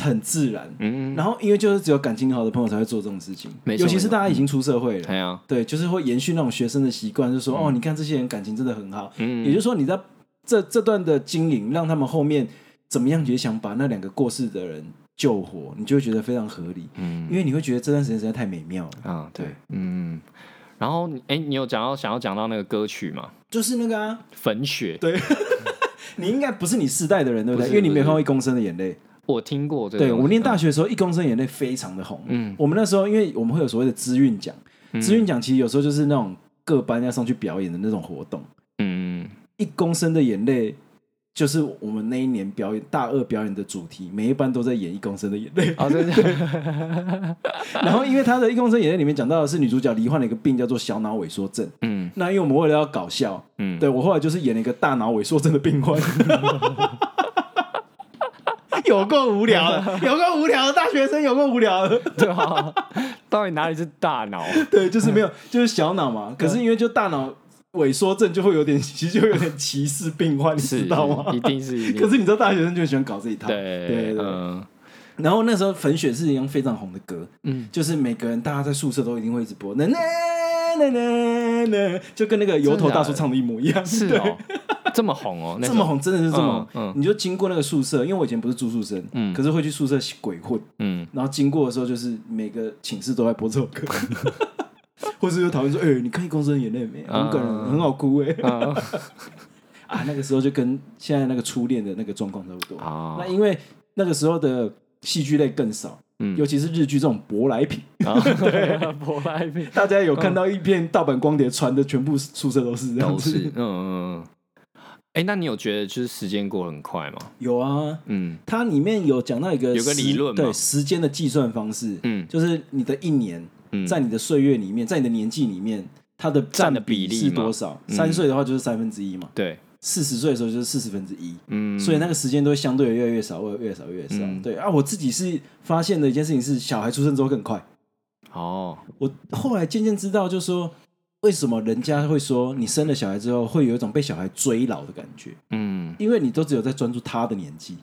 B: 很自然，
C: 嗯，
B: 然后因为就是只有感情好的朋友才会做这种事情，
C: 没错
B: 尤其是
C: 没错
B: 大家已经出社会了，
C: 哎呀，
B: 对，就是会延续那种学生的习惯，就说、哦，你看这些人感情真的很好，
C: 嗯
B: 也就是说你在这这段的经营，让他们后面怎么样也想把那两个过世的人救活，你就会觉得非常合理，
C: 嗯
B: 嗯因为你会觉得这段时间实在太美妙了。
C: 啊，对
B: 对，
C: 嗯。然后你，哎、你有讲到想要讲到那个歌曲吗？
B: 就是那个啊，
C: 粉雪，
B: 你应该不是你世代的人，对不
C: 不
B: 对？
C: 是
B: 因为你没
C: 不是
B: 有看过《一公升的眼泪》。
C: 我听过这个
B: 对
C: 东西。
B: 我念大学的时候，《一公升的眼泪》非常的红。
C: 嗯
B: 我们那时候，因为我们会有所谓的资运奖，资运奖其实有时候就是那种各班要上去表演的那种活动。
C: 嗯，
B: 一公升的眼泪，就是我们那一年表演大二表演的主题，每一班都在演一公升的眼 泪。
C: 哦，真的，
B: 然后，因为他的一公升眼泪里面讲到的是女主角罹患了一个病叫做小脑萎缩症。
C: 嗯
B: 那因为我们为了要搞笑，
C: 嗯，
B: 对我后来就是演了一个大脑萎缩症的病患。 有够无聊的，有够无聊的大学生，有够无聊的。
C: 对啊，到底哪里是大脑？
B: 对，就是没有，就是小脑嘛。可是因为就大脑萎缩症，就会有点，其实就有点歧视病 患，你
C: 是
B: 知道吗？
C: 一定是，一定
B: 可是你知道大学生就很喜欢搞这一套，
C: 对
B: 对对。
C: 嗯
B: 然后那时候《粉雪》是一样非常红的歌，
C: 嗯，
B: 就是每个人大家在宿舍都一定会一直播，那那那那那，就跟那个油头大叔唱的一模一样，
C: 是
B: 对
C: 哦，这么红哦，那
B: 这
C: 时
B: 么
C: 候，
B: 红，真的是这么红。
C: 嗯嗯
B: 你就经过那个宿舍，因为我以前不是住宿生，
C: 嗯
B: 可是会去宿舍鬼混，
C: 嗯，
B: 然后经过的时候，就是每个寝室都在播这首歌， 或是有讨论说：“哎、你看《一公升的眼泪》没？很感人，
C: 嗯
B: 很好哭哎、
C: 嗯
B: 啊，那个时候就跟现在那个初恋的那个状况差不多。
C: 啊
B: 那因为那个时候的戏剧类更少，
C: 嗯
B: 尤其是日剧这种舶来品， 啊
C: 对，舶来品
B: 大家有看到一片盗版光碟传的，全部宿舍都是这样
C: 都
B: 子。
C: 是，嗯嗯嗯。哎，那你有觉得就是时间过得很快吗？
B: 有啊，
C: 嗯
B: 它里面有讲到一个
C: 有个
B: 时
C: 理论嘛
B: 对时间的计算方式，
C: 嗯
B: 就是你的一年
C: 嗯，
B: 在你的岁月里面，在你的年纪里面，它的占
C: 占的比例
B: 是
C: 嘛
B: 多少？
C: 嗯
B: 三岁的话就是三分之一嘛，
C: 对，
B: 四十岁的时候就是四十分之一。
C: 嗯，
B: 所以那个时间都会相对的越来越少，越来越少，越来越少。
C: 嗯
B: 对啊，我自己是发现的一件事情是，小孩出生之后更快。
C: 哦，
B: 我后来渐渐知道，就是说为什么人家会说你生了小孩之后会有一种被小孩追老的感觉，
C: 嗯，
B: 因为你都只有在专注他的年纪，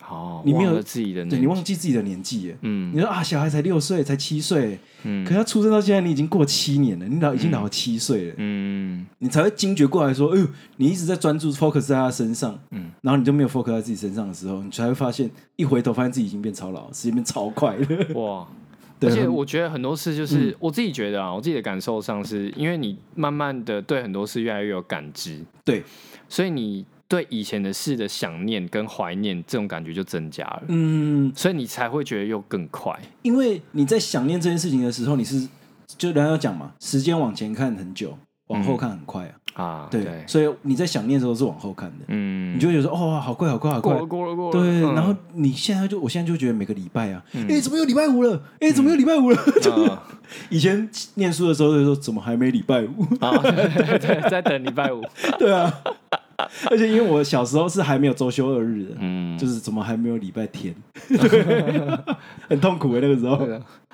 C: 好，
B: 你没有
C: 忘了自己的年纪，
B: 对你忘记自己的年纪耶。
C: 嗯，
B: 你说啊，小孩才六岁，才七岁，
C: 嗯
B: 可他出生到现在，你已经过七年了，你老已经老七岁了，
C: 嗯
B: 你才会惊觉过来说，哎呦，你一直在专注 focus 在他身上，
C: 嗯
B: 然后你就没有 focus 在自己身上的时候，你才会发现，一回头发现自己已经变超老，时间变超快了。
C: 嗯哇。
B: 对嗯
C: 而且我觉得很多事就是、我自己觉得啊，我自己的感受上是，因为你慢慢的对很多事越来越有感知，
B: 对，
C: 所以你对以前的事的想念跟怀念这种感觉就增加了，
B: 嗯，
C: 所以你才会觉得又更快。
B: 因为你在想念这件事情的时候，你是就人家有讲嘛，时间往前看很久，往后看很快啊。
C: 啊，
B: 对，所以你在想念的时候是往后看的，
C: 嗯，
B: 你就会觉得说哦，好快，好快，好
C: 过
B: 快
C: 了。过了过了，
B: 对，
C: 嗯
B: 然后你现在就，我现在就觉得每个礼拜啊，哎、怎么又礼拜五
C: 嗯
B: 了？哎、怎么又礼拜五了？
C: 啊
B: 以前念书的时候就说，怎么还没礼拜 五？
C: 啊，对对，在等礼 拜五，
B: 对啊，而且因为我小时候是还没有周休二日的，
C: 嗯，
B: 就是怎么还没有礼 拜天，很痛苦的那个时候。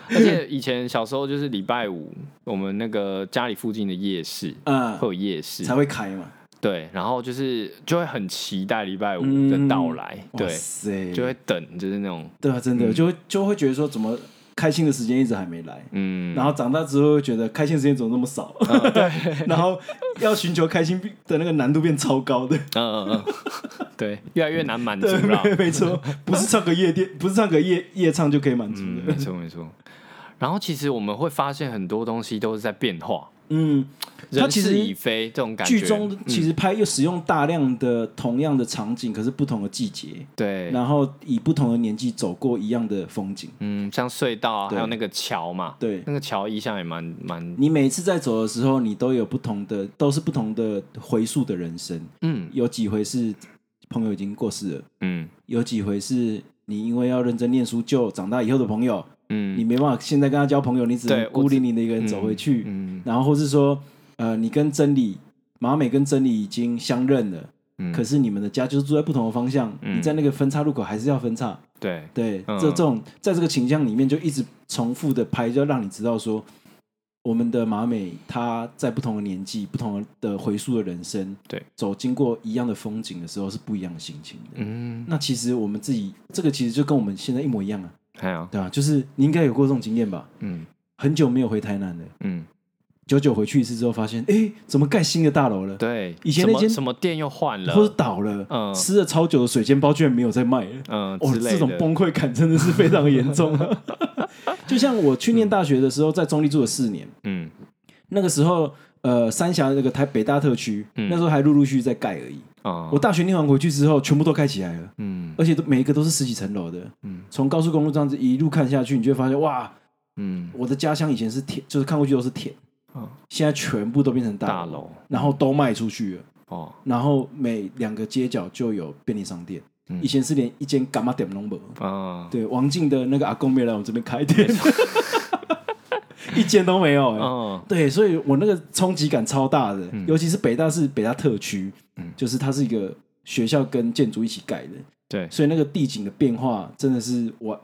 C: 而且以前小时候就是礼拜五，我们那个家里附近的夜市
B: 啊
C: 会，有夜市，
B: 才会开嘛。
C: 对，然后就是就会很期待礼拜五的到来，
B: 嗯哇
C: 对，
B: 塞，
C: 就会等，就是那种
B: 对啊，真的、就会就会觉得说，怎么开心的时间一直还没来。
C: 嗯，啊
B: 然后长大之后会觉得开心的时间怎么那么少， 然后要寻求开心的那个难度变超高 的，
C: 嗯嗯嗯， 对，越来越难满足
B: 对，
C: 了
B: 没，没错，不是唱个 夜店，不是唱个夜夜唱就可以满足
C: 嗯，
B: 的
C: 没，错没错。然后其实我们会发现很多东西都是在变化，
B: 嗯，它
C: 人
B: 其实
C: 事已非这种感觉。嗯
B: 剧中其实拍又使用大量的同样的场景，可是不同的季节，
C: 对，
B: 然后以不同的年纪走过一样的风景。
C: 嗯，像隧道啊，
B: 对
C: 还有那个桥嘛，
B: 对
C: 那个桥意象也蛮蛮，
B: 你每次在走的时候，你都有不同的，都是不同的回溯的人生。
C: 嗯
B: 有几回是朋友已经过世了，
C: 嗯
B: 有几回是你因为要认真念书，就长大以后的朋友，你
C: 嗯
B: 没办法现在跟他交朋友，你只
C: 对
B: 能
C: 我
B: 孤零零的一个人走回去。
C: 嗯
B: 然后或是说，呃，你跟真理马美跟真理已经相认了，
C: 嗯，
B: 可是你们的家就是住在不同的方向，
C: 嗯
B: 你在那个分岔路口还是要分岔。
C: 对，
B: 对，
C: 嗯
B: 这这种在这个倾向里面就一直重复的拍，就让你知道说，我们的马美她在不同的年纪、不同的回溯的人生，
C: 对，
B: 走经过一样的风景的时候是不一样的心情的。
C: 嗯，
B: 那其实我们自己这个其实就跟我们现在一模一样啊，
C: 还有，
B: 对吧、就是你应该有过这种经验吧？
C: 嗯
B: 很久没有回台南了，
C: 嗯，
B: 久久回去一次之后，发现哎，怎么盖新的大楼了？
C: 对，
B: 以前
C: 什
B: 那
C: 么
B: 间
C: 什么店又换了，
B: 或者倒了，
C: 嗯
B: 吃了超久的水煎包居然没有在卖了，
C: 嗯
B: 哦，
C: 之类
B: 这种
C: 的
B: 崩溃感真的 是非常严重、啊。就像我去念大学的时候，在中立住了四年，
C: 嗯
B: 那个时候，呃，三峡那个台北大特区，
C: 嗯
B: 那时候还陆陆续续在盖而已。
C: 啊
B: 我，大学念完回去之后，全部都盖起来了，
C: 嗯
B: 而且都每一个都是十几层楼的。
C: 嗯
B: 从高速公路这样子一路看下去，你就会发现，哇，
C: 嗯，
B: 我的家乡以前是田，就是看过去都是田
C: 嗯，
B: 现在全部都变成
C: 大
B: 大楼，
C: 楼
B: 然后都卖出去了。
C: 哦，
B: 然后每两个街角就有便利商店，
C: 嗯
B: 以前是连一间干嘛点都没有。
C: 啊，
B: 对，王静的那个阿公没有来我们这边开店， 一间都没有、欸。
C: 嗯
B: 对，所以我那个冲击感超大的，
C: 嗯
B: 尤其是北大是北大特区，
C: 嗯
B: 就是它是一个学校跟建筑一起盖的，
C: 对，
B: 所以那个地景的变化真的是我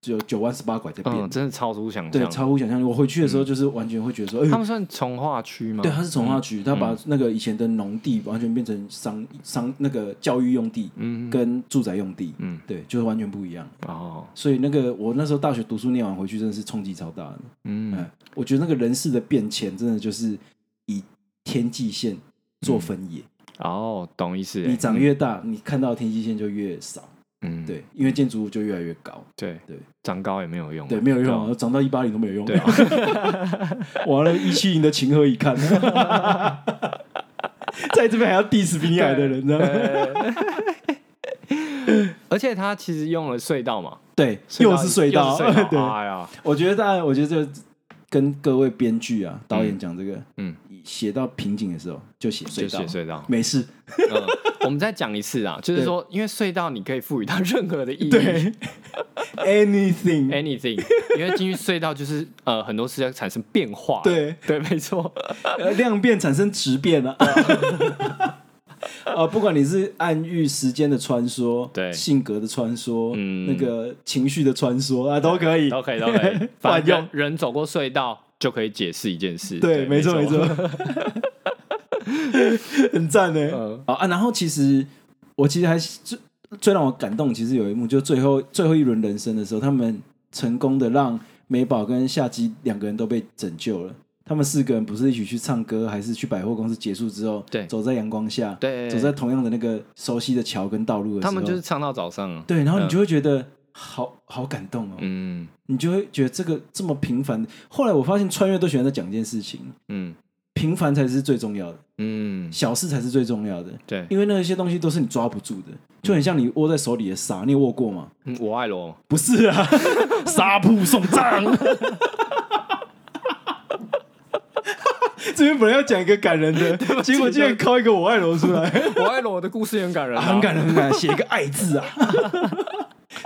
B: 只有九弯十八拐在变，
C: 嗯，真的超出想
B: 对，
C: 象。
B: 超乎想象力。我回去的时候就是完全会觉得说，哎、
C: 他们嗯算从化区吗？
B: 对，它是从化区，它把那个以前的农地完全变成商商那个教育用地
C: 嗯，
B: 跟住宅用地，
C: 嗯，
B: 对，就是完全不一样。
C: 哦，
B: 所以那个我那时候大学读书念完回去，真的是冲击超大的。
C: 嗯
B: 嗯，我觉得那个人事的变迁，真的就是以天际线做分野。
C: 哦，懂意思欸。
B: 你长越大，你看到的天际线就越少，
C: 嗯，
B: 对，因为建筑物就越来越高，
C: 对
B: 对，
C: 长高也没有用啊，
B: 对，没有
C: 啊
B: 用，啊，长到一八零都没有用。
C: 对啊，
B: 完了，一七零的情何以堪？在这边还要 diss 比你矮的人，这样
C: 啊而且它其实用了隧道嘛，
B: 对，又是隧道，
C: 又是
B: 对，
C: 哎呀，
B: 我觉得大家，我觉得这跟各位编剧啊、导演讲这个，
C: 嗯，
B: 写到瓶颈的时候就写
C: 就
B: 隧
C: 写
B: 道，
C: 隧道。
B: 没事，
C: 嗯我们再讲一次啊，就是说，因为隧道你可以赋予它任何的意义
B: 对 ，anything，
C: ，anything，因为进入隧道就是呃很多事情产生变化，
B: 对，
C: 对，没错，
B: 呃量变产生质变啊。 啊，不管你是暗喻时间的穿梭，
C: 对
B: 性格的穿梭，
C: 嗯
B: 那个情绪的穿梭啊，都可以，
C: 都 可以，都可以，反
B: 万
C: 正
B: 用，
C: 人走过隧道就可以解释一件事，
B: 对，没错没错， 很赞呢
C: 嗯。
B: 好啊，然后其实我其实还是最最让我感动，其实有一幕，就最后最后一轮人生的时候，他们成功的让美宝跟夏姬两个人都被拯救了。他们四个人不是一起去唱歌，还是去百货公司结束之后，
C: 对
B: 走在阳光下，
C: 对
B: 走在同样的那个熟悉的桥跟道路的时
C: 他
B: 候，
C: 们就是哦唱到早上啊，
B: 对，然后你
C: 嗯
B: 就会觉得好好感动哦，
C: 嗯
B: 你就会觉得这个这么平凡。后来我发现穿越都喜欢在讲一件事情，
C: 嗯
B: 平凡才是最重要的，
C: 嗯，
B: 小事才是最重要的，
C: 对，
B: 因为那些东西都是你抓不住的，就很像你握在手里的沙，你有握过吗？
C: 嗯我爱罗，
B: 不是 啊，沙铺送 葬。这边本来要讲一个感人 的，结果竟然靠一个我爱罗出来，
C: 我爱罗的故事也很感人啊，
B: 很感人，很感人，写一个爱字 啊。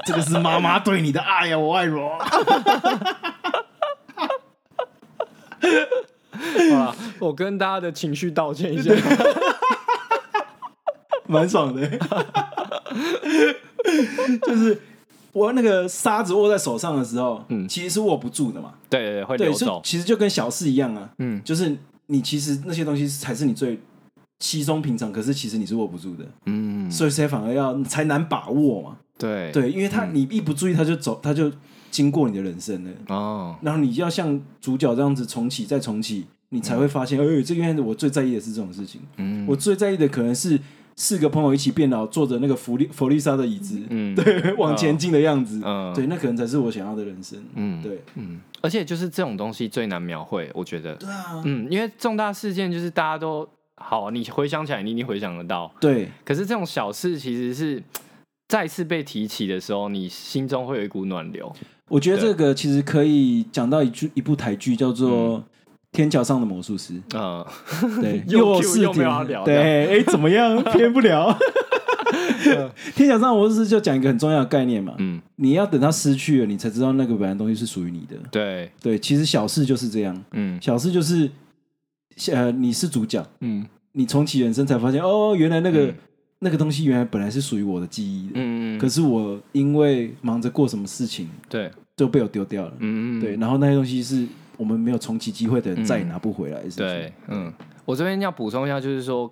B: 这个是妈妈对你的爱呀、啊我爱罗。
C: 好啦我跟大家的情绪道歉一下。
B: 蛮爽的， 就是我那个沙子握在手上的时候，
C: 嗯
B: 其实是握不住的嘛，
C: 对对，对会
B: 对，
C: 流
B: 就
C: 走。
B: 其实就跟小事一样啊，
C: 嗯
B: 就是你其实那些东西才是你最稀松平常，可是其实你是握不住的，
C: 嗯，
B: 所以才反而要才难把握嘛，
C: 对嗯
B: 对，因为他你一不注意，他就走，他就经过你的人生了，
C: 哦，
B: 然后你要像主角这样子重启再重启，你才会发现，哎、这原来我最在意的是这种事情。
C: 嗯
B: 我最在意的可能是四个朋友一起变老，坐着那个弗利弗利莎的椅子，
C: 嗯
B: 对， 往前进的样子，
C: 嗯
B: 对，那可能才是我想要的人生。
C: 嗯
B: 对，
C: 嗯，而且就是这种东西最难描绘，我觉得。
B: 对啊，
C: 嗯，因为重大事件就是大家都好，你回想起来，你一定回想得到。
B: 对，
C: 可是这种小事其实是再次被提起的时候，你心中会有一股暖流。
B: 我觉得
C: 对
B: 这个其实可以讲到一句一部台剧叫做。天桥上的魔术师，
C: 嗯，
B: 对，
C: 又
B: 是
C: Q 又没有要
B: 挺
C: 聊
B: 对，哎，怎 么样，偏不了。天桥上的魔术师就讲一个很重要的概念嘛，
C: 嗯，
B: 你要等他失去了，你才知道那个本来东西是属于你的。
C: 对，
B: 对，其实小事就是这样，
C: 嗯
B: 小事就是，呃，你是主角，
C: 嗯
B: 你重启人生才发现，哦，原来那个、
C: 嗯
B: 那个东西原来本来是属于我的记忆的，
C: 嗯，
B: 可是我因为忙着过什么事情，
C: 对，
B: 就被我丢掉了。
C: 嗯嗯，
B: 对，然后那些东西是我们没有重启机会的人
C: 嗯
B: 再也拿不回来的事情。
C: 对，嗯，我这边要补充一下，就是说，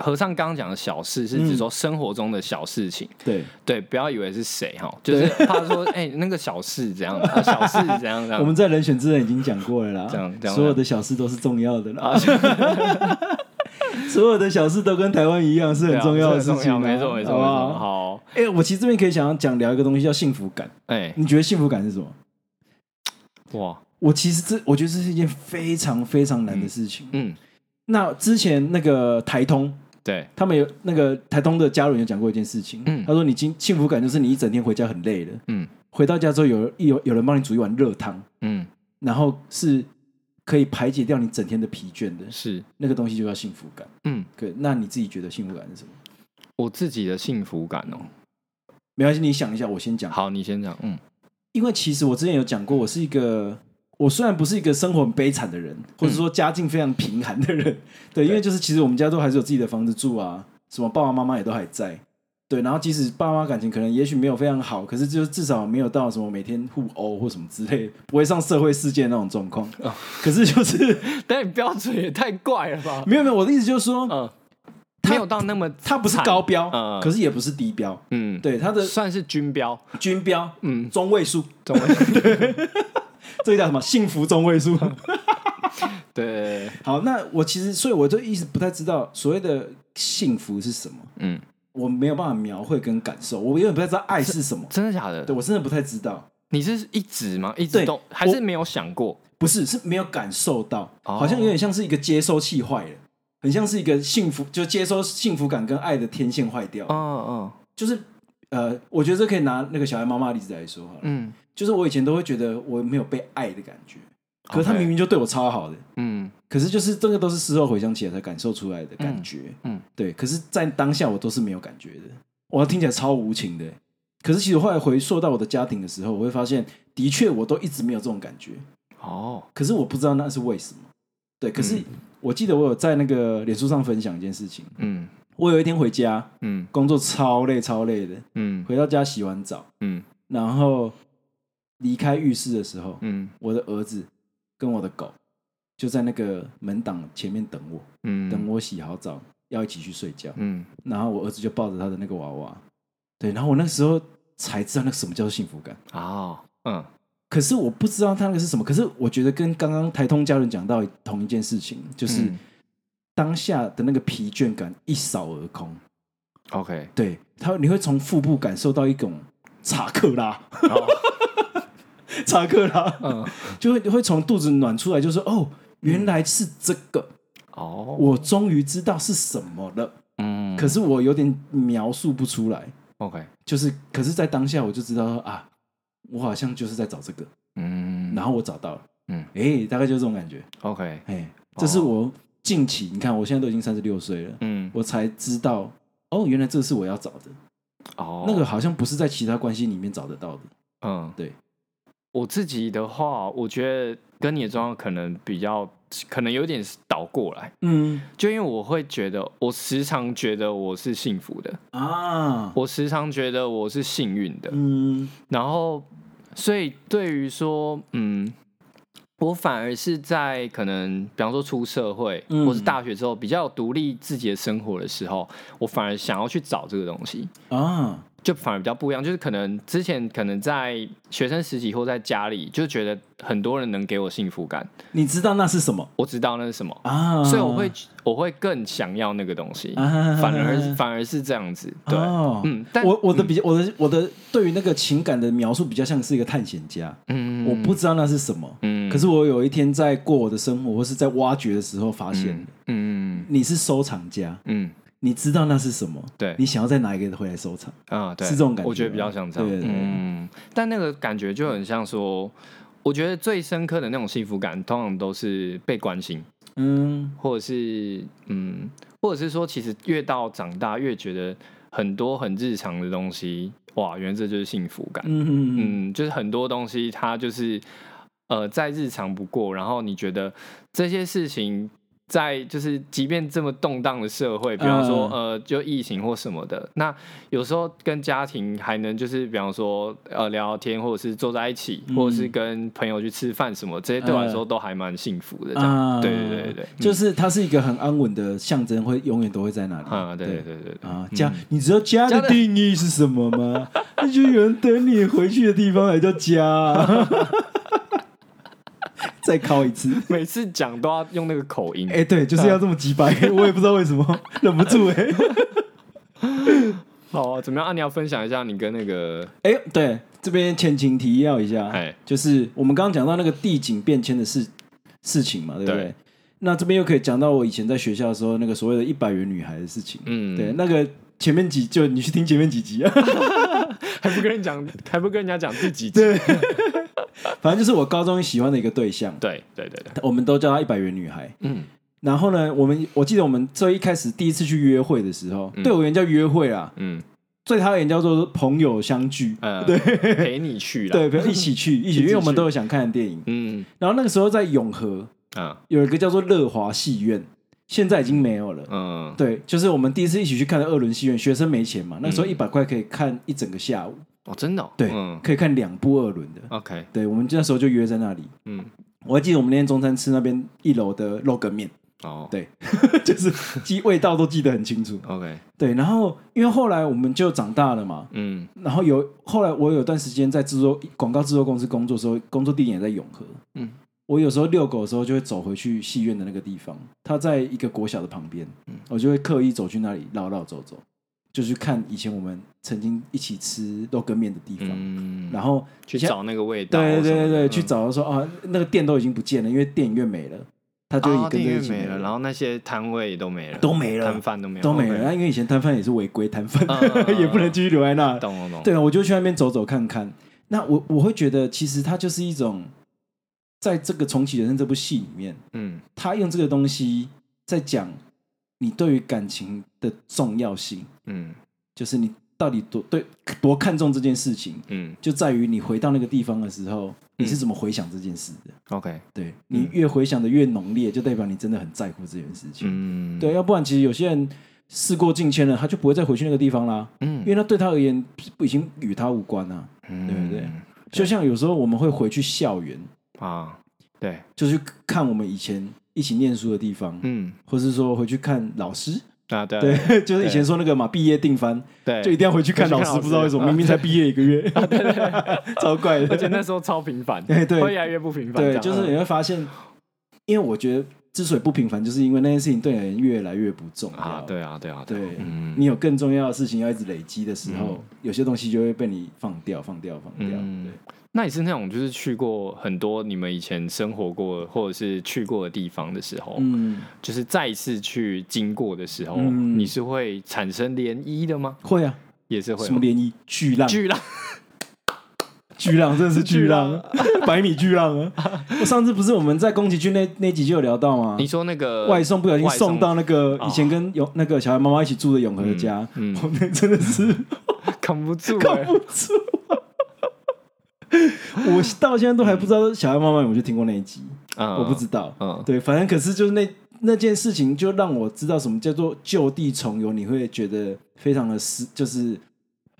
C: 和尚刚刚讲的小事是
B: 嗯
C: 指说生活中的小事情，
B: 对，
C: 对，不要以为是谁哈，就是 怕说，哎、那个小事怎样，啊小事怎样怎
B: 我
C: 样，
B: 们在人选之人已经讲过了啦，
C: 这样这样
B: 所有的小事都是重要的
C: 啊
B: 啦。 所有的小事都跟台湾一样是
C: 对
B: 很
C: 啊
B: 重要的
C: 这
B: 事
C: 很
B: 情
C: 重
B: 啊、
C: 要没错没错
B: 好
C: 没
B: 不
C: 错，
B: 好。
C: 好，
B: 哎、我其实这边可以想要讲聊一个东西叫幸福感，
C: 哎、
B: 你觉得幸福感是什么？
C: 哇，
B: 我其实这我觉得这是一件非常非常难的事情。
C: 嗯，
B: 那之前那个台通，
C: 对，
B: 他们有那个台通的家人有讲过一件事情，
C: 嗯
B: 他说你今幸福感就是你一整天回家很累了，
C: 嗯
B: 回到家之后有有有人帮你煮一碗热汤，
C: 嗯，
B: 然后是可以排解掉你整天的疲倦的，
C: 是，
B: 那个东西就叫幸福感。
C: 嗯，
B: 对，那你自己觉得幸福感是什么？
C: 我自己的幸福感哦。
B: 没关系，你想一下，我先讲。
C: 好，你先讲，嗯
B: 因为其实我之前有讲过，我是一个，我虽然不是一个生活很悲惨的人，或者说家境非常贫寒的人，对，因为就是其实我们家都还是有自己的房子住啊，什么爸爸妈妈也都还在，对，然后即使爸妈感情可能也许没有非常好，可是就是至少没有到什么每天互殴或什么之类，不会上社会事件那种状况。可是就是
C: 但你标准也太怪了吧？
B: 没有没有，我的意思就是说，
C: 嗯，
B: 他
C: 没有到那么，
B: 它不是高标，
C: 嗯嗯
B: 可是也不是低标，
C: 嗯，
B: 对，它的
C: 算是均标，
B: 均标
C: 嗯，
B: 中位数，
C: 中文， 对
B: 这个叫什么？幸福中位数。
C: 对，对
B: 好，那我其实，所以我就一直不太知道所谓的幸福是什么，
C: 嗯，
B: 我没有办法描绘跟感受，我永远不太知道爱是什么。
C: 真的假的
B: 对？我真的不太知道，
C: 你是一直吗？一
B: 对
C: 直都还
B: 我
C: 是没有想过？
B: 不是是没有感受到，
C: 哦
B: 好像有点像是一个接收器坏了，很像是一个幸福，就接收幸福感跟爱的天线坏掉，
C: 嗯嗯
B: 就是呃，我觉得这可以拿那个小孩妈妈的例子来说好了，
C: 嗯
B: 就是我以前都会觉得我没有被爱的感觉，可是他
C: OK
B: 明明就对我超好的，
C: 嗯
B: 可是就是这个都是事后回想起来才感受出来的感觉，
C: 嗯嗯
B: 对。可是，在当下我都是没有感觉的，我听起来超无情的。可是其实后来回溯到我的家庭的时候，我会发现，的确我都一直没有这种感觉，
C: 哦，
B: 可是我不知道那是为什么。对，可是我记得我有在那个脸书上分享一件事情，
C: 嗯
B: 我有一天回家，
C: 嗯
B: 工作超累超累的，
C: 嗯
B: 回到家洗完澡，
C: 嗯
B: 然后离开浴室的时候，
C: 嗯
B: 我的儿子跟我的狗就在那个门挡前面等我。
C: 嗯，
B: 等我洗好澡要一起去睡觉，
C: 嗯
B: 然后我儿子就抱着他的那个娃娃，对，然后我那时候才知道那个什么叫做幸福感，
C: 哦嗯
B: 可是我不知道他那个是什么，可是我觉得跟刚刚台通家人讲到同一件事情，就是
C: 嗯
B: 当下的那个疲倦感一扫而空，
C: OK，
B: 对他你会从腹部感受到一种查克拉，
C: 哦
B: 查克拉，
C: 嗯
B: 就会会从肚子暖出来，就说哦，原来是这个，
C: 哦
B: 我终于知道是什么了，
C: 嗯，
B: 可是我有点描述不出来。
C: OK，
B: 就是，可是，在当下我就知道说啊，我好像就是在找这个，
C: 嗯，
B: 然后我找到了，
C: 嗯，
B: 哎、大概就是这种感觉，
C: OK，
B: 哎、这是我近期，你看我现在都已经三十六岁了，
C: 嗯
B: 我才知道，哦，原来这是我要找的，
C: 哦
B: 那个好像不是在其他关系里面找得到的，
C: 嗯
B: 对。
C: 我自己的话，我觉得跟你的状况可能比较，可能有点倒过来，
B: 嗯
C: 就因为我会觉得，我时常觉得我是幸福的，
B: 啊，
C: 我时常觉得我是幸运的，
B: 嗯
C: 然后，所以对于说，嗯，我反而是在可能，比方说出社会、
B: 嗯
C: 或是大学之后，比较有独立自己的生活的时候，我反而想要去找这个东西，
B: 啊，
C: 就反而比较不一样。就是可能之前可能在学生时期或在家里，就觉得很多人能给我幸福感，
B: 你知道那是什么
C: 我知道那是什么，
B: 啊？
C: 所以我会我会更想要那个东西，
B: 啊
C: 反而反而是这样子，对，
B: 哦
C: 嗯，但
B: 我我的比较我的我的对于那个情感的描述比较像是一个探险家，
C: 嗯
B: 我不知道那是什么，
C: 嗯
B: 可是我有一天在过我的生活，或是在挖掘的时候，发现、
C: 嗯
B: 你是收藏家，
C: 嗯
B: 你知道那是什么，
C: 对
B: 你想要再拿一个回来收藏。
C: 啊，对，
B: 是这种感觉
C: 我觉得比较像这
B: 对
C: 样，
B: 对对
C: 嗯，但那个感觉就很像说，我觉得最深刻的那种幸福感，通常都是被关心，
B: 嗯
C: 或者是嗯，或者是说，其实越到长大，越觉得很多很日常的东西，哇，原来这就是幸福感。
B: 嗯嗯
C: 嗯，就是很多东西它就是呃再日常不过，然后你觉得这些事情在就是即便这么动荡的社会，比方说、
B: 嗯
C: 呃就疫情或什么的，那有时候跟家庭还能就是比方说呃聊聊天，或者是坐在一起，或者是
B: 嗯
C: 跟朋友去吃饭什么，这些对我来说都还蛮幸福嗯的。这样，
B: 啊
C: 对对对对对，嗯
B: 就是是它是一个很安稳的象征，会永远都会在那里。
C: 啊，对对对对对
B: 啊，家，你知道家
C: 家
B: 的
C: 的
B: 定义是什 么吗？那就有人等你回去的地方才叫家啊。 再敲一次，
C: 每次讲都要用那个口音
B: 哎、。
C: 啊
B: 对，就是要这么几百，我也不知道为什么，忍不住哎、
C: 好、啊，怎么样？啊，你要分享一下你跟那个
B: 哎、对，这边前情提要一下，
C: 哎
B: 就是我们刚刚讲到那个地景变迁的事事情嘛，对不对？
C: 对
B: 那这边又可以讲到我以前在学校的时候那个所谓的一百元女孩的事情。
C: 嗯，
B: 对，，那个前面几就你去听前面几集啊，
C: 还不跟人讲，还不跟人家讲第几集？对
B: 反正就是我高中喜欢的一个对象，
C: 对对对对，
B: 我们都叫她一百元女孩。
C: 嗯，
B: 然后呢，我们我记得我们最一开始第一次去约会的时候，对我而言叫约会啊，
C: 嗯
B: 对她而言叫做朋友相聚，
C: 呃，对，陪你去了，
B: 对，朋友一起去哎 一起去，因为我们都有想看的电影。
C: 嗯
B: 然后那个时候在永和
C: 啊
B: 有一个叫做乐华戏院，现在已经没有了。
C: 嗯
B: 对，就是我们第一次一起去看的二轮戏院，学生没钱嘛，那个时候
C: 嗯
B: 一百块可以看一整个下午，
C: 哦，真的哦、
B: 对，
C: 嗯
B: 可以看两部二轮的。
C: ，OK，
B: 对，我们那时候就约在那里。
C: 嗯，
B: 我还记得我们那天中餐吃那边一楼的肉羹面，
C: 哦，
B: 对就是记味道都记得很清楚。
C: ，OK，
B: 对，然后因为后来我们就长大了嘛，
C: 嗯
B: 然后有后来我有段时间在制作广告制作公司工作的时候，工作地点也在永和。
C: 嗯，
B: 我有时候遛狗的时候就会走回去戏院的那个地方，它在一个国小的旁边，
C: 嗯
B: 我就会刻意走去那里绕绕走走，就去看以前我们曾经一起吃肉羹面的地方。
C: 嗯，
B: 然后
C: 去
B: 像
C: 找那个味道什么
B: 对
C: 的，
B: 对对对，
C: 嗯
B: 去找说啊，那个店都已经不见了，因为电影院没了，它就
C: 啊，
B: 跟
C: 电
B: 着
C: 影
B: 一
C: 院
B: 起
C: 没了，然后那些摊位也都没了，
B: 都没了
C: 摊贩都没有，
B: 都没了。哎啊
C: OK
B: 那、因为以前摊贩也是违规摊贩，
C: 嗯
B: 也不能继续留在那。
C: 懂懂懂，
B: 对啊，我就去那边走走看看。那我我会觉得，其实它就是一种，在这个重启人生这部戏里面，
C: 嗯
B: 他用这个东西在讲你对于感情的重要性，
C: 嗯
B: 就是你到底多对多看重这件事情，
C: 嗯
B: 就在于你回到那个地方的时候，你是怎么回想这件事的。
C: ，OK，
B: 对
C: 嗯
B: 你越回想的越浓烈，就代表你真的很在乎这件事情。
C: 嗯，
B: 对，，要不然其实有些人事过境迁了，他就不会再回去那个地方啦，因
C: 嗯，
B: 为他对他而言已经与他无关啊。
C: 对
B: 对不对？就像有时候我们会回去校园，
C: 啊，对，
B: 就是看我们以前一起念书的地方，
C: 嗯，
B: 或是说回去看老师。
C: 啊，对对
B: 对， 就是以前说那个嘛，毕业定番，
C: 对，
B: 就一定要回去看
C: 回去看
B: 老
C: 老
B: 师，
C: 师
B: 不知道为什么
C: 啊
B: 明明才毕业一 个月， 超怪
C: 而且
B: 的。
C: 那时候超频繁，
B: 哎 对
C: 会越来啊越不频繁这
B: 对，
C: 样，嗯
B: 就是你会发现，因为我觉得之所以不平凡，就是因为那件事情对人越来越不重
C: 啊
B: 要，。
C: 对啊，对啊，啊
B: 对，
C: 嗯
B: 你有更重要的事情要一直累积的时候，有些东西就会被你放掉、放掉、放掉。
C: 嗯，那你是那种就是去过很多你们以前生活过或者是去过的地方的时候，
B: 嗯，
C: 就是再一次去经过的时候，
B: 嗯
C: 你是会产生涟漪的吗？
B: 会啊，
C: 也是会
B: 什么
C: 吗
B: 涟漪、巨浪、
C: 巨浪，
B: 巨浪真的是巨
C: 巨
B: 浪，百米巨浪啊！我上次不是我们在宫崎骏那那集就有聊到吗
C: 你？说那个
B: 外送不小心
C: 外哦
B: 送到那个以前跟永那个小孩妈妈一起住的永和的家，
C: 嗯嗯
B: 我们 真的是
C: 扛不住、
B: 扛
C: 欸，
B: 不住啊、我到现在都还不知道小孩妈妈有没有去听过那一集，
C: 嗯
B: 我不知道。
C: 嗯
B: 对，反正可是就是那那件事情，就让我知道什么叫做就地重游，你会觉得非常的思，就是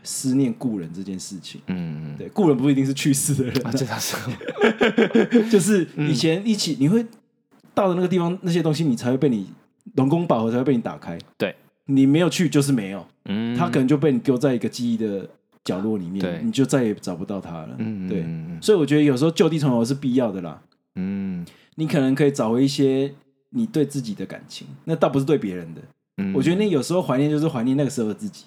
B: 思念故人这件事情。
C: 嗯，
B: 对，故人不一定是去世的人啊、
C: 啊，这倒 是，
B: 就是以前一起，你会到的那个地方，那些东西你才会被你龙宫宝盒才会被你打开。
C: 对，
B: 你没有去就是没有，
C: 嗯，
B: 它可能就被你丢在一个记忆的角落里
C: 对
B: 面，你就再也找不到它了。
C: 嗯，
B: 对，
C: 嗯
B: 所以我觉得有时候就地重游是必要的啦。
C: 嗯，
B: 你可能可以找回一些你对自己的感情，那倒不是对别人的。
C: 嗯
B: 我觉得那有时候怀念就是怀念那个时候的自己。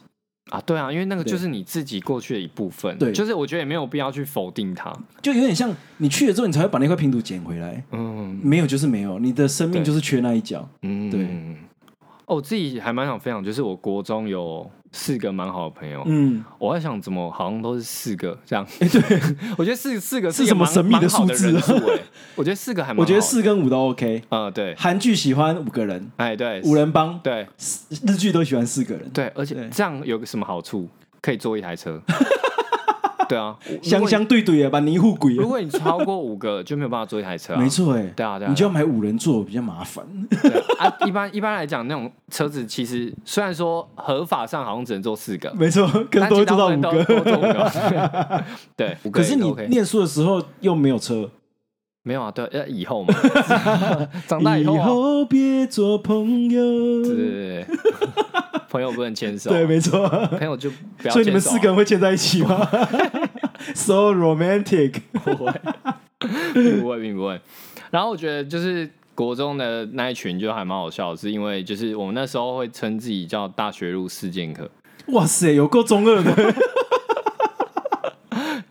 C: 啊，对啊，因为那个
B: 对
C: 就是你自己过去的一部分，
B: 对
C: 就是我觉得也没有必要去否定它，
B: 就有点像你去了之后，你才会把那块拼图捡回来。
C: 嗯
B: 没有就是没有，你的生命
C: 对
B: 就是缺那一角。
C: 嗯，
B: 对。
C: 哦，我自己还蛮想分享，就是我国中有四个蛮好的朋友，
B: 嗯，哎
C: 我在想怎么好像都是四个这样。对， 我觉得四四个
B: 是什么神秘的
C: 的
B: 数字啊
C: 人数欸我觉得四个还蛮好的，
B: 我觉得四跟五都 OK。
C: 呃对，
B: 韩剧喜欢五个人，
C: 哎对，
B: 五人帮；
C: 对
B: 日剧都喜欢四个人。
C: 对，而
B: 对
C: 且这样有个什么好处？可以坐一台 车。对啊，
B: 相相对对啊，把泥护鬼啊
C: 如。果你超过五个就没有办法坐一台车啊。
B: 没错哎，
C: 对啊对啊
B: 你就要买五人座比较麻烦。
C: 对啊，啊一般一般来讲，那种车子其实虽然说合法上好像只能坐四个，
B: 没错，可能
C: 但
B: 都
C: 其
B: 会
C: 他
B: 做到
C: 部
B: 五
C: 分 都都
B: 个。
C: 坐五个。 对，五个
B: 可是
C: 也都
B: 你
C: OK
B: 念书的时候又没有车，
C: 没有啊？对，呃，以后 嘛，长大以后
B: 以
C: 啊。
B: 后别做朋友。
C: 对对对对，朋友不能牵手，啊
B: 对，没错。
C: 朋友就不要牵手啊。
B: 所以你们四个人会牵在一 起吗？So romantic。
C: 不会，并 不会，并不会。然后我觉得就是国中的那一群就还蛮好笑的，是因为就是我们那时候会称自己叫大学路事件课，
B: 哇塞，有够中二 的，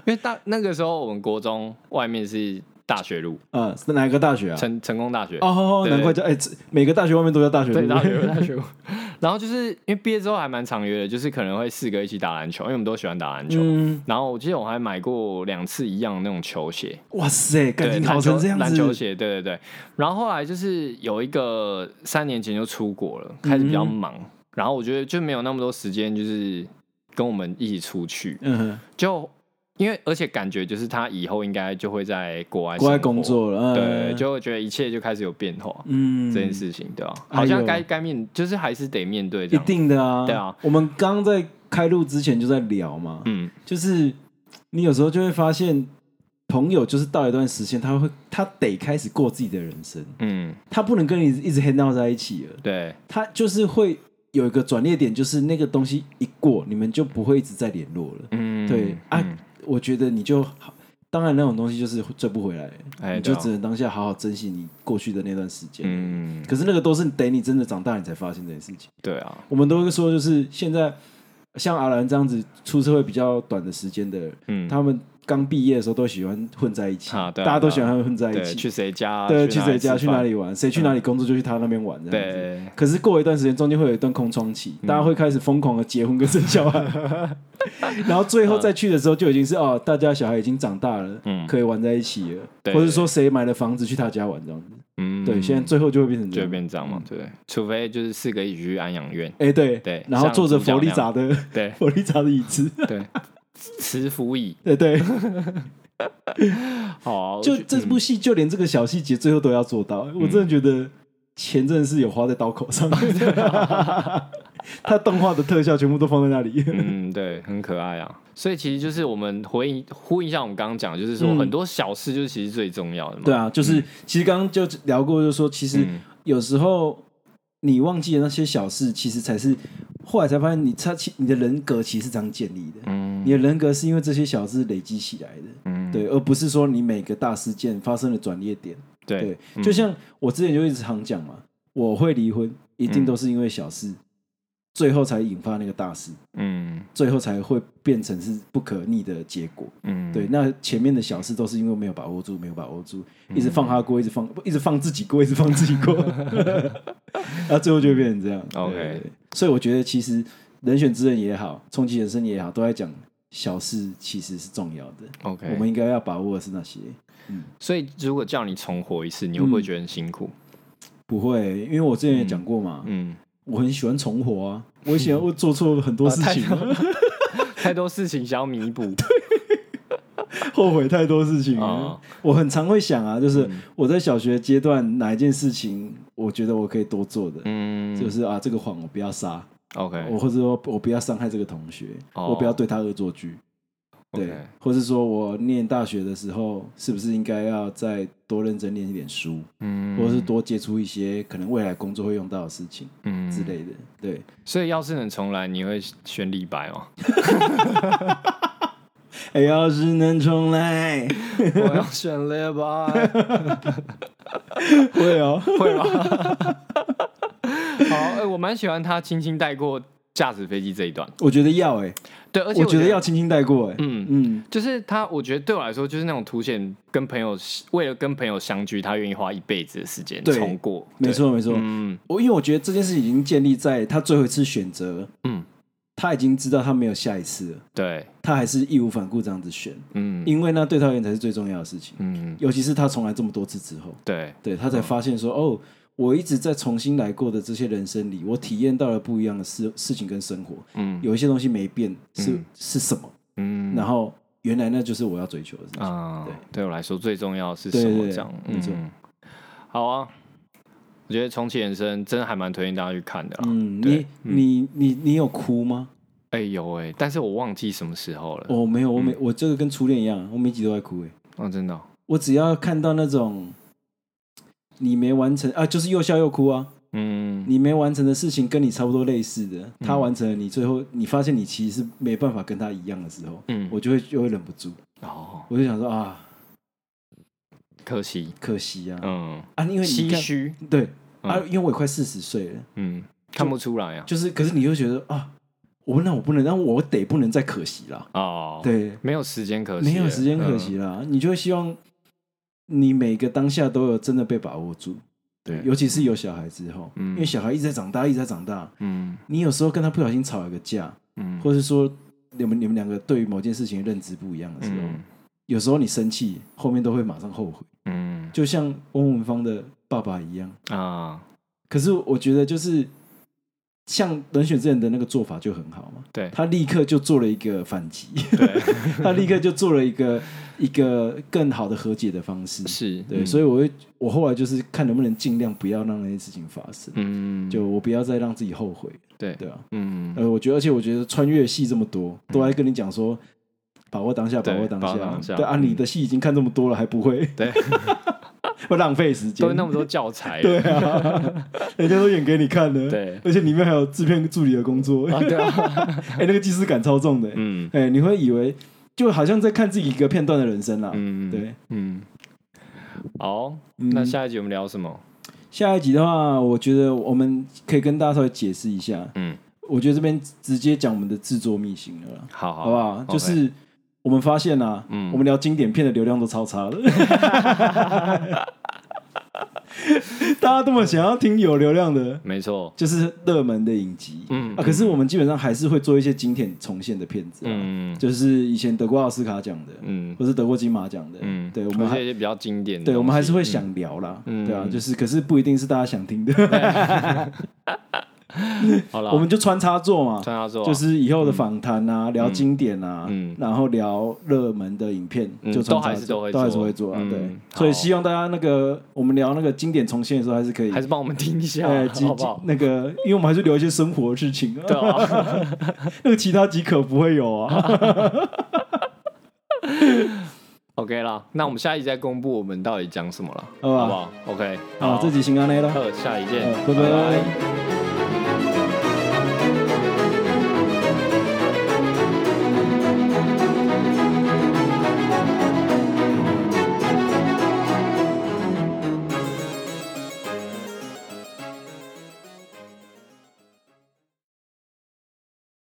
C: 因为大那个时候我们国中外面是大学路，
B: 啊，是哪个大学啊？
C: 成成功大学
B: 哦，
C: 对
B: 难怪叫哎，这每个大学外面都叫大学
C: 对，
B: 路。
C: 大学大学。 然后就是因为毕业之后还蛮常约的，就是可能会四个一起打篮球，因为我们都喜欢打篮球。
B: 嗯，
C: 然后我记得我还买过两次一样的那种球鞋，
B: 哇塞，感
C: 对
B: 情
C: 篮
B: 好
C: 球
B: 成这样
C: 篮球
B: 子，
C: 鞋，对对对。然后后来就是有一个三年前就出国了，开始比较
B: 嗯
C: 忙，然后我觉得就没有那么多时间，就是跟我们一起出去。
B: 嗯哼，
C: 就因为而且感觉就是他以后应该就会在国外
B: 国外
C: 生活
B: 工，作了，
C: 对，
B: 嗯
C: 就会觉得一切就开始有变化。
B: 嗯
C: 这件事情，对啊，
B: 哎呦
C: 好像该该面，就是还是得面对这
B: 一
C: 样。
B: 定的啊，
C: 对啊。
B: 我们刚刚在开录之前就在聊嘛，
C: 嗯，
B: 就是你有时候就会发现，朋友就是到一段时间，他会他得开始过自己的人生，
C: 嗯，
B: 他不能跟你一直 hang out 在一起了，
C: 对，
B: 他就是会有一个转捩点，就是那个东西一过，你们就不会一直再联络了。
C: 嗯，
B: 对啊
C: 嗯
B: 我觉得你就好，当然那种东西就是追不回来，
C: 哎，
B: 你就
C: 对啊
B: 只能当下好好珍惜你过去的那段时间。
C: 嗯，
B: 可是那个都是等你真的长大，你才发现这件事情。
C: 对啊，
B: 我们都会说，就是现在像阿兰这样子出社会比较短的时间的人，
C: 嗯，
B: 他们刚毕业的时候都喜欢混在一起，
C: 啊对啊
B: 大家都喜欢混在一
C: 对，
B: 起，
C: 去谁家？
B: 对，啊
C: 去
B: 去
C: 哪里
B: 谁家
C: 吃
B: 去哪
C: 饭？嗯
B: 里玩，谁去哪里工作就去他那边玩这样子。
C: 对，
B: 可是过一段时间，中间会有一段空窗期，
C: 嗯
B: 大家会开始疯狂的结婚跟生小孩， 然后最后再去的时候就已经是哦，大家小孩已经长大了，
C: 嗯
B: 可以玩在一起了，
C: 对
B: 或者说谁买了房子去他家玩这样子。
C: 嗯，
B: 对，现在最后嗯就会变成这
C: 就会
B: 样。
C: 变这样嘛，对不对？除非就是四个一起去安养院，
B: 哎，对
C: 对
B: 然后坐
C: 像
B: 着
C: 主角
B: 佛利
C: 那
B: 扎
C: 样
B: 的
C: 对
B: 佛利扎的椅子，
C: 对，慈福椅，
B: 对对，
C: 好，
B: 就
C: 我觉
B: 这部戏就连这个小细节最后都要做
C: 嗯
B: 到，我真的觉得钱真的是有花在刀 口上，他动画的特效全部都放在那里。
C: 嗯，对，很可爱啊。所以其实就是我们回应呼应一下我们刚刚讲的，就是说
B: 嗯
C: 很多小事就是其实最重要的嘛。
B: 对啊，就是、其实刚刚就聊过，就是说其实
C: 嗯
B: 有时候你忘记了那些小事，其实才是后来才发现你他其你的人格其实是这样建立的。
C: 嗯
B: 你的人格是因为这些小事累积起来的，
C: 嗯，
B: 对，而不是说你每个大事件发生了转捩点。
C: 对嗯
B: 对，就像我之前就一直常讲嘛，我会离婚一
C: 嗯
B: 定都是因为小事，最后才引发那个大事，
C: 嗯
B: 最后才会变成是不可逆的结果。
C: 嗯，
B: 对，那前面的小事都是因为没有把握住，没有把握住，一
C: 嗯
B: 直放他过，一直放，一直放自己过，一直放自己 过，然后最后就会变成这样。
C: OK
B: 对对对所以我觉得其实《人选之人》也好，《重启人生》也好，都在讲小事其实是重要的，
C: OK，
B: 我们应该要把握的是那些。
C: 所以如果叫你重活一次，你会不会觉得很辛苦？
B: 不会，因为我之前也讲过嘛，
C: 嗯，
B: 我很喜欢重活啊，我喜欢我做错很多事情 啊、
C: 太多事情想要弥补。
B: 后悔太多事情了。
C: 哦嗯
B: 我很常会想啊，就是我在小学阶段哪一件事情，我觉得我可以多做的，
C: 嗯，
B: 就是啊，这个谎我不要杀，我
C: OK
B: 或者说我不要伤害这个同学，
C: 哦
B: 我不要对他恶作剧。对
C: OK
B: 或是说我念大学的时候，是不是应该要再多认真念一点书，
C: 嗯
B: 或是多接触一些可能未来工作会用到的事情
C: 嗯
B: 之。类的？对，
C: 所以要是能重来，你会选李白吗？
B: 哎，要是能重来，
C: 我要选李白，
B: 会哦。
C: 会吗？ 好，哎，我蛮喜欢他轻轻带过驾驶飞机这一段。
B: 我觉得要哎、
C: 对，而且
B: 我觉得要轻轻带过哎、
C: 嗯
B: 嗯，
C: 就是他，我觉得对我来说，就是那种凸显跟朋友为了跟朋友相聚，他愿意花一辈子的时间
B: 对
C: 重过。
B: 没
C: 对，
B: 错没错。
C: 嗯
B: 我因为我觉得这件事已经建立在他最后一次选择，
C: 嗯，
B: 他已经知道他没有下一次了，
C: 对，
B: 他还是义无反顾这样子选，
C: 嗯
B: 因为那对他而言才是最重要的事情。
C: 嗯，
B: 尤其是他重来这么多次之后，
C: 对，
B: 对他才发现说，哦，我一直在重新来过的这些人生里，我体验到了不一样的事事情跟生活，
C: 嗯
B: 有一些东西没变，是、
C: 嗯
B: 是什么？
C: 嗯
B: 然后原来那就是我要追求的事情。
C: 啊
B: 对，
C: 对我来说最重要的是
B: 对
C: 什么？
B: 对
C: 这样，
B: 没错
C: 嗯，好啊。我觉得《重启人生》真的还蛮推荐大家去看的啦。
B: 嗯，
C: 对
B: 你你你你有哭吗？
C: 哎、有哎、但是我忘记什么时候了。
B: 哦，没有，我
C: 嗯
B: 每、我这个跟初恋一样，我每集都在哭哎。
C: 哦，真的哦、
B: 我只要看到那种你没完成啊，就是又笑又哭啊，
C: 嗯，
B: 你没完成的事情跟你差不多类似的，他完成了你，最后你发现你其实是没办法跟他一样的时候，
C: 嗯
B: 我就会就会忍不住，
C: 哦，
B: 我就想说啊，
C: 可惜，
B: 可惜啊、
C: 嗯，
B: 啊，因为你
C: 唏
B: 看
C: 嘘，
B: 对、啊，
C: 嗯
B: 因为我也快四十岁了，
C: 嗯，看不出来啊。
B: 就是可是你又觉得啊，我那我不能，那我得不能再可惜了。
C: 哦，，
B: 对，
C: 没有时间可惜了，
B: 没有时间可惜
C: 嗯，
B: 啦，你就会希望你每个当下都有真的被把握住。
C: 对
B: 尤其是有小孩之后，
C: 嗯
B: 因为小孩一直在长大，一直在长大，
C: 嗯
B: 你有时候跟他不小心吵一个架，
C: 嗯，
B: 或是说你们你们两个对于某件事情的认知不一样的时候，
C: 嗯
B: 有时候你生气，后面都会马上后悔，
C: 嗯
B: 就像翁文芳的爸爸一样。
C: 啊，
B: 可是我觉得就是像人选之人的那个做法就很好嘛，
C: 对
B: 他立刻就做了一个反 击，
C: 对
B: 他立刻就做了一个一个更好的和解的方式。
C: 是，
B: 对，
C: 嗯
B: 所以我会，我后来就是看能不能尽量不要让那些事情发生，
C: 嗯，
B: 就我不要再让自己后悔，
C: 对
B: 对啊。
C: 嗯
B: 呃，我觉得，而且我觉得穿越戏这么多，都在跟你讲说，把握当下，把
C: 对
B: 握当
C: 把握当下
B: 下。
C: 嗯
B: 对啊，你的戏已经看这么多了，还不会，
C: 对，
B: 会浪费时间
C: 都。那么多教材了，
B: 对啊，人家都演给你看 的。
C: 对
B: 而且里面还有制片助理的工作，
C: 啊对啊，
B: 哎，那个既视感超重的。
C: 嗯
B: 哎，你会以为就好像在看自己一个片段的人生啦。
C: 嗯，
B: 对，
C: 嗯，好，
B: 嗯
C: 那下一集我们聊什么？
B: 下一集的话，我觉得我们可以跟大家稍微解释一下。
C: 嗯，
B: 我觉得这边直接讲我们的制作秘辛了啦，
C: 好
B: 好
C: 好
B: 不好？
C: OK
B: 就是我们发现啊，
C: 嗯
B: 我们聊经典片的流量都超差的， 大家都么想要听有流量的，
C: 没错，
B: 就是热门的影集。
C: 嗯
B: 啊，可是我们基本上还是会做一些经典重现的片子、啊，
C: 嗯
B: 就是以前得过奥斯卡奖的，
C: 嗯
B: 或是得过金马奖的，
C: 嗯，
B: 对，我
C: 而
B: 们
C: 且
B: 还
C: 一些比较经典的东西，
B: 对，我们还是会想聊啦，
C: 嗯
B: 对啊，
C: 嗯
B: 就是可是不一定是大家想听的，
C: 好了，
B: 我们就穿插做嘛，
C: 穿插做啊，
B: 就是以后的访谈啊，聊经典啊，
C: 嗯
B: 然后聊热门的影片，
C: 嗯
B: 就穿
C: 都还
B: 插
C: 是
B: 做
C: 都会
B: 都还是
C: 做
B: 会做啊，
C: 嗯
B: 对，
C: 好
B: 所以希望大家那个我们聊那个经典重现的时候，还是可以，
C: 还是帮我们听一下
B: 哎，几
C: 好不好
B: 几？那个，因为我们还是聊一些生活的事情
C: 对
B: 啊，
C: 啊，
B: 那个其他集可不会 有啊，
C: OK 啦，那我们下一集再公布我们到底讲什么了，
B: 好吧
C: 好不好？OK，
B: 好，这集行安内了，
C: 好，下一见
B: 好，拜拜。